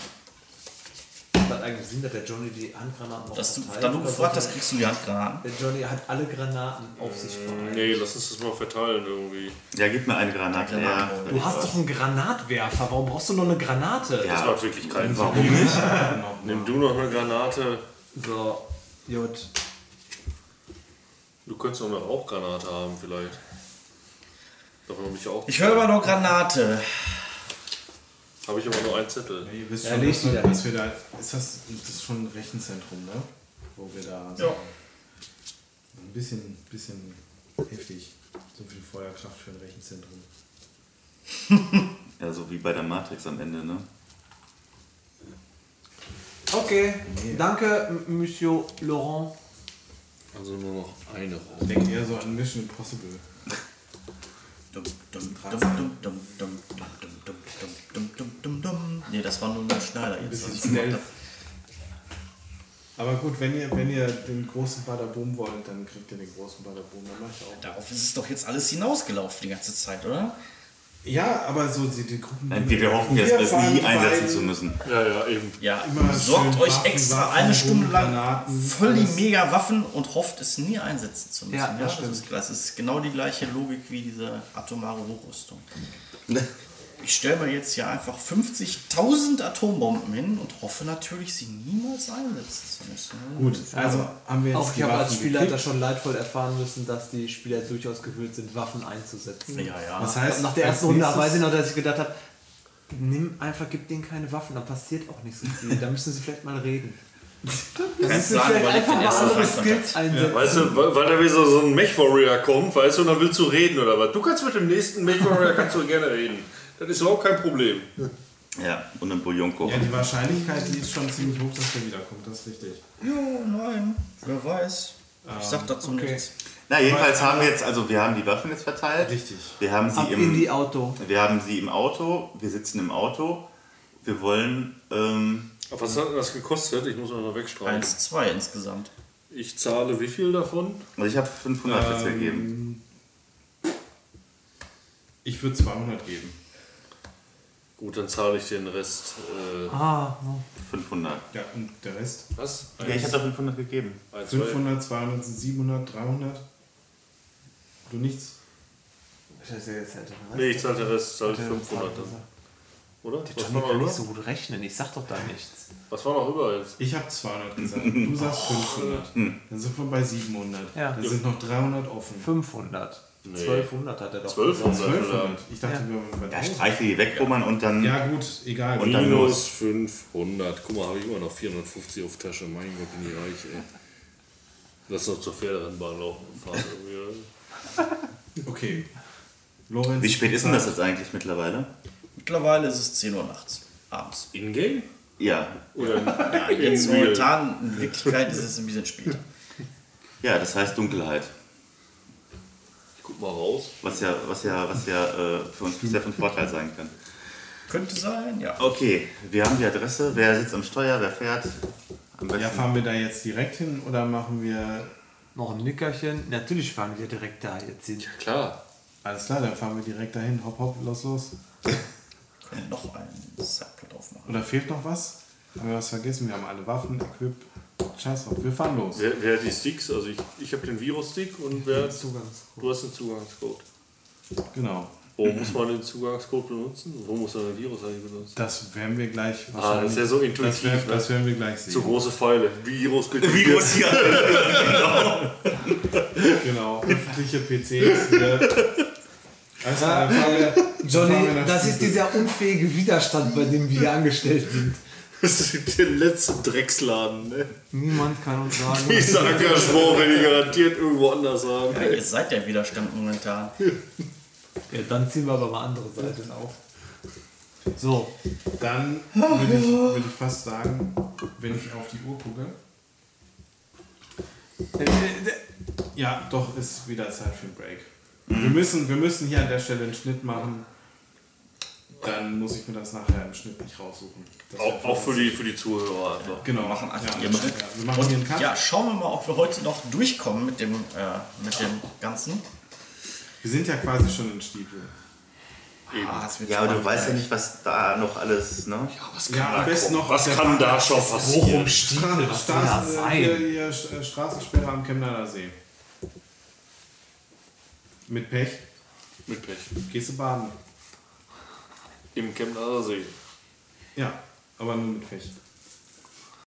E: hat eigentlich Sinn, dass der Johnny die Handgranaten noch
B: Dass du,
E: verteilt?
B: da du
E: Oder
B: gefragt
E: sollte
B: hast, kriegst du die Handgranaten.
E: Der der Johnny hat alle Granaten auf sich vereint.
D: Nee, lass uns das mal verteilen irgendwie.
C: Ja, gib mir eine Granate. Ja,
B: Granaten.
E: Du hast doch einen Granatwerfer. Warum brauchst du noch eine Granate?
C: ja.
D: Das macht wirklich keinen Sinn.
C: Warum nicht?
D: Nimm du noch eine Granate.
E: So, gut.
D: Du könntest noch eine Rauchgranate haben vielleicht. Davon habe ich auch.
B: Ich höre immer noch Granate.
D: Habe ich aber nur einen Zettel.
A: Ihr wisst
E: Ja,
A: schon,
E: leg
A: dass
E: die
A: wir,
E: da
A: dass wir da. Ist das, das ist schon ein Rechenzentrum, ne? Wo wir da sind. Ein bisschen, bisschen heftig. So viel Feuerkraft für ein Rechenzentrum.
C: Ja, so wie bei der Matrix am Ende, ne?
E: Okay, danke, M- Monsieur Laurent.
D: Also nur noch eine Rauch.
A: Ich denke eher Also so an Mission Impossible.
B: Dum, dum, dum, dum, dum, dum, dum, dum, dum, dum, dum, dum, dum. Nee, das war nur ein Schneider jetzt.
A: bisschen
B: was ich gemacht
A: schnell.
B: hab.
A: Aber gut, wenn ihr, wenn ihr den großen Badaboom wollt, dann kriegt ihr den großen Badaboom. Dann mach ich auch.
B: Darauf ist es doch jetzt alles hinausgelaufen die ganze Zeit, oder?
A: Ja, aber so die, die Gruppen.
C: Nein, wir, wir hoffen jetzt, das nie
A: fahren
C: einsetzen
A: beiden
C: zu müssen.
D: Ja, ja, eben.
B: Ja,
A: Immer
B: sorgt
A: schön
B: euch
A: Waffen,
B: extra
A: Waffen,
B: eine Stunde lang
A: Granaten,
B: voll die
A: alles.
B: mega Waffen und hofft es nie einsetzen zu müssen.
E: Ja, das
B: das, ist, das ist genau die gleiche Logik wie diese atomare Hochrüstung. Ich stelle mir jetzt hier einfach 50.000 Atombomben hin und hoffe natürlich, sie niemals einsetzen zu müssen.
A: Gut, also haben wir jetzt
E: Auch
A: die
E: ich habe als
A: Waffen
E: Spielleiter
A: gekriegt.
E: schon leidvoll erfahren müssen, dass die Spieler durchaus gewillt sind, Waffen einzusetzen.
B: Ja, ja.
A: Was
E: Das heißt,
A: heißt,
E: nach der
A: als
E: ersten Runde
A: nächstes-
E: weiß ich noch, dass ich gedacht habe, nimm einfach, gib denen keine Waffen, dann passiert auch nichts mit ihnen. Da müssen sie vielleicht mal reden. Da
B: Kannst
E: müssen sie
B: sagen,
E: vielleicht
B: weil ich
E: einfach
B: den
E: mal
B: ersten
E: andere
B: Feind hatte.
E: Skills einsetzen.
D: Weißt du, weil weil da wieder so ein Mech-Warrior kommt, weißt du, und dann willst du reden oder was? Du kannst mit dem nächsten Mech-Warrior kannst du gerne reden. Das ist überhaupt kein Problem.
C: Ja, und ein Bouillon
A: Ja,
C: kochen.
A: die Wahrscheinlichkeit, die ist schon ziemlich hoch, dass der wiederkommt, das ist richtig.
B: Jo, nein, wer weiß. Ich sag dazu
E: okay.
B: nichts.
C: Na, jedenfalls haben wir jetzt, also wir haben die Waffen jetzt verteilt.
A: Richtig.
C: Wir haben
E: Ab
C: sie,
E: in
C: im,
E: die Auto.
C: wir haben sie im Auto, wir sitzen im Auto. Wir wollen, ähm,
D: Aber was hat denn das gekostet? Ich muss mal noch wegstreichen.
B: 1, 2 insgesamt.
D: Ich zahle wie viel davon?
C: also ich habe 500 jetzt
A: Ähm,
C: gegeben.
A: Ich würde 200 geben.
D: Gut, dann zahle ich den Rest. Äh,
E: Ah,
C: 500.
A: Ja, und der Rest?
D: was?
C: Ja, ich habe 500 gegeben.
D: Eins, zwei.
A: 500, 200, sind 700, 300. Du nichts?
E: das ist ja jetzt halt
D: Nee, ich zahle den Rest, zahle
E: also.
D: ich 500 dann. Oder? Was war, noch über?
E: gut rechnen, ich sag doch da nichts.
D: was war noch über jetzt?
A: Ich habe 200 gesagt. Du sagst 500.
C: Hm.
A: Dann sind wir bei 700.
E: Ja.
A: Da sind noch 300 offen.
E: 500. 1200 hat er doch.
D: 1200 oder?
A: 1200. Ich dachte, wir waren bei
C: Ja,
A: 1000.
C: streiche die weg, Roman, und dann.
A: Ja, gut, egal.
C: Und dann-
D: Minus 500. Guck mal, habe ich immer noch 450 auf Tasche. Mein Gott, bin ich reich, ey. Lass noch zur Pferderennbahn laufen und fahren irgendwie. oder?
A: okay. Lorenz,
C: Wie spät ist denn das jetzt eigentlich mittlerweile?
B: Mittlerweile ist es 10 Uhr nachts. Abends.
D: In-game?
C: Ja.
D: Oder
B: Ja, jetzt
D: Real.
B: momentan in Wirklichkeit ist es ein bisschen später.
C: Ja, das heißt Dunkelheit.
D: ich guck mal raus.
C: Was ja, was ja, was ja äh, für uns sehr von Vorteil sein kann.
B: Könnte sein, ja.
C: Okay, wir haben die Adresse. Wer sitzt am Steuer? Wer fährt? Am besten.
A: Ja, fahren wir da jetzt direkt hin oder machen wir.
E: Noch ein Nickerchen. Natürlich fahren wir direkt da jetzt hin.
D: Klar.
A: Alles klar, dann fahren wir direkt dahin. Hopp, hopp, los, los.
B: Können noch einen Sackblatt aufmachen.
A: Oder fehlt noch was? Haben wir was vergessen? Wir haben alle Waffen, Equip. Scheiß drauf, wir fahren los.
D: Wer, wer hat die Sticks? Also ich, ich habe den Virus-Stick und wer
E: Zugangscode.
D: du hast den Zugangscode.
A: Genau.
D: Wo muss man den Zugangscode benutzen? Wo muss man den Virus eigentlich benutzen?
A: Das werden wir gleich
D: Ah, das ist ja so intuitiv,
A: Das, werden-
D: ne?
A: das werden wir gleich sehen.
D: Zu große Pfeile. Virus bitte.
C: Virus hier.
A: Genau. Öffentliche PCs. Ne? Also, dann fahren wir, fahren
E: Johnny,
A: wir nach
E: das ist
A: Stiefel.
E: dieser unfähige Widerstand, bei dem wir angestellt sind.
D: Das ist der letzte Drecksladen, ne?
E: Niemand kann uns sagen.
D: Dieser Engagement, wenn die garantiert irgendwo anders haben.
B: Ja, ihr seid der Widerstand momentan.
E: Ja, dann ziehen wir aber mal andere Seiten auf.
A: So, dann würde ich, würd ich fast sagen, wenn ich auf die Uhr gucke. Ja, doch, ist wieder Zeit für einen Break. Wir müssen, wir müssen hier an der Stelle einen Schnitt machen. Dann muss ich mir das nachher im Schnitt nicht raussuchen. Das
D: Auch, auch für, die, für die Zuhörer einfach.
A: Genau.
B: Wir machen einfach
A: ja,
B: hier
A: ja,
B: einen Schnitt.
A: wir machen hier einen Cut.
B: Ja, schauen wir mal, ob wir heute noch durchkommen mit dem, äh, mit dem Ganzen.
A: Wir sind ja quasi schon in Stiefel.
B: Ah, das wird
C: Ja, aber du
B: spannend,
C: weißt ja
B: ey.
C: nicht, was da noch alles, ne?
A: Ja, am besten noch.
D: Was
A: der
D: kann da schon passieren?
E: Stiefel, was soll
A: Straßen-
E: das
A: äh, Hier,
E: sein?
A: hier, Sch- äh, Straßensperre am Chemnader See. Mit Pech
D: Mit Pech.
A: gehst du baden.
D: Im Chemnader See.
A: Ja, aber nur mit Pech.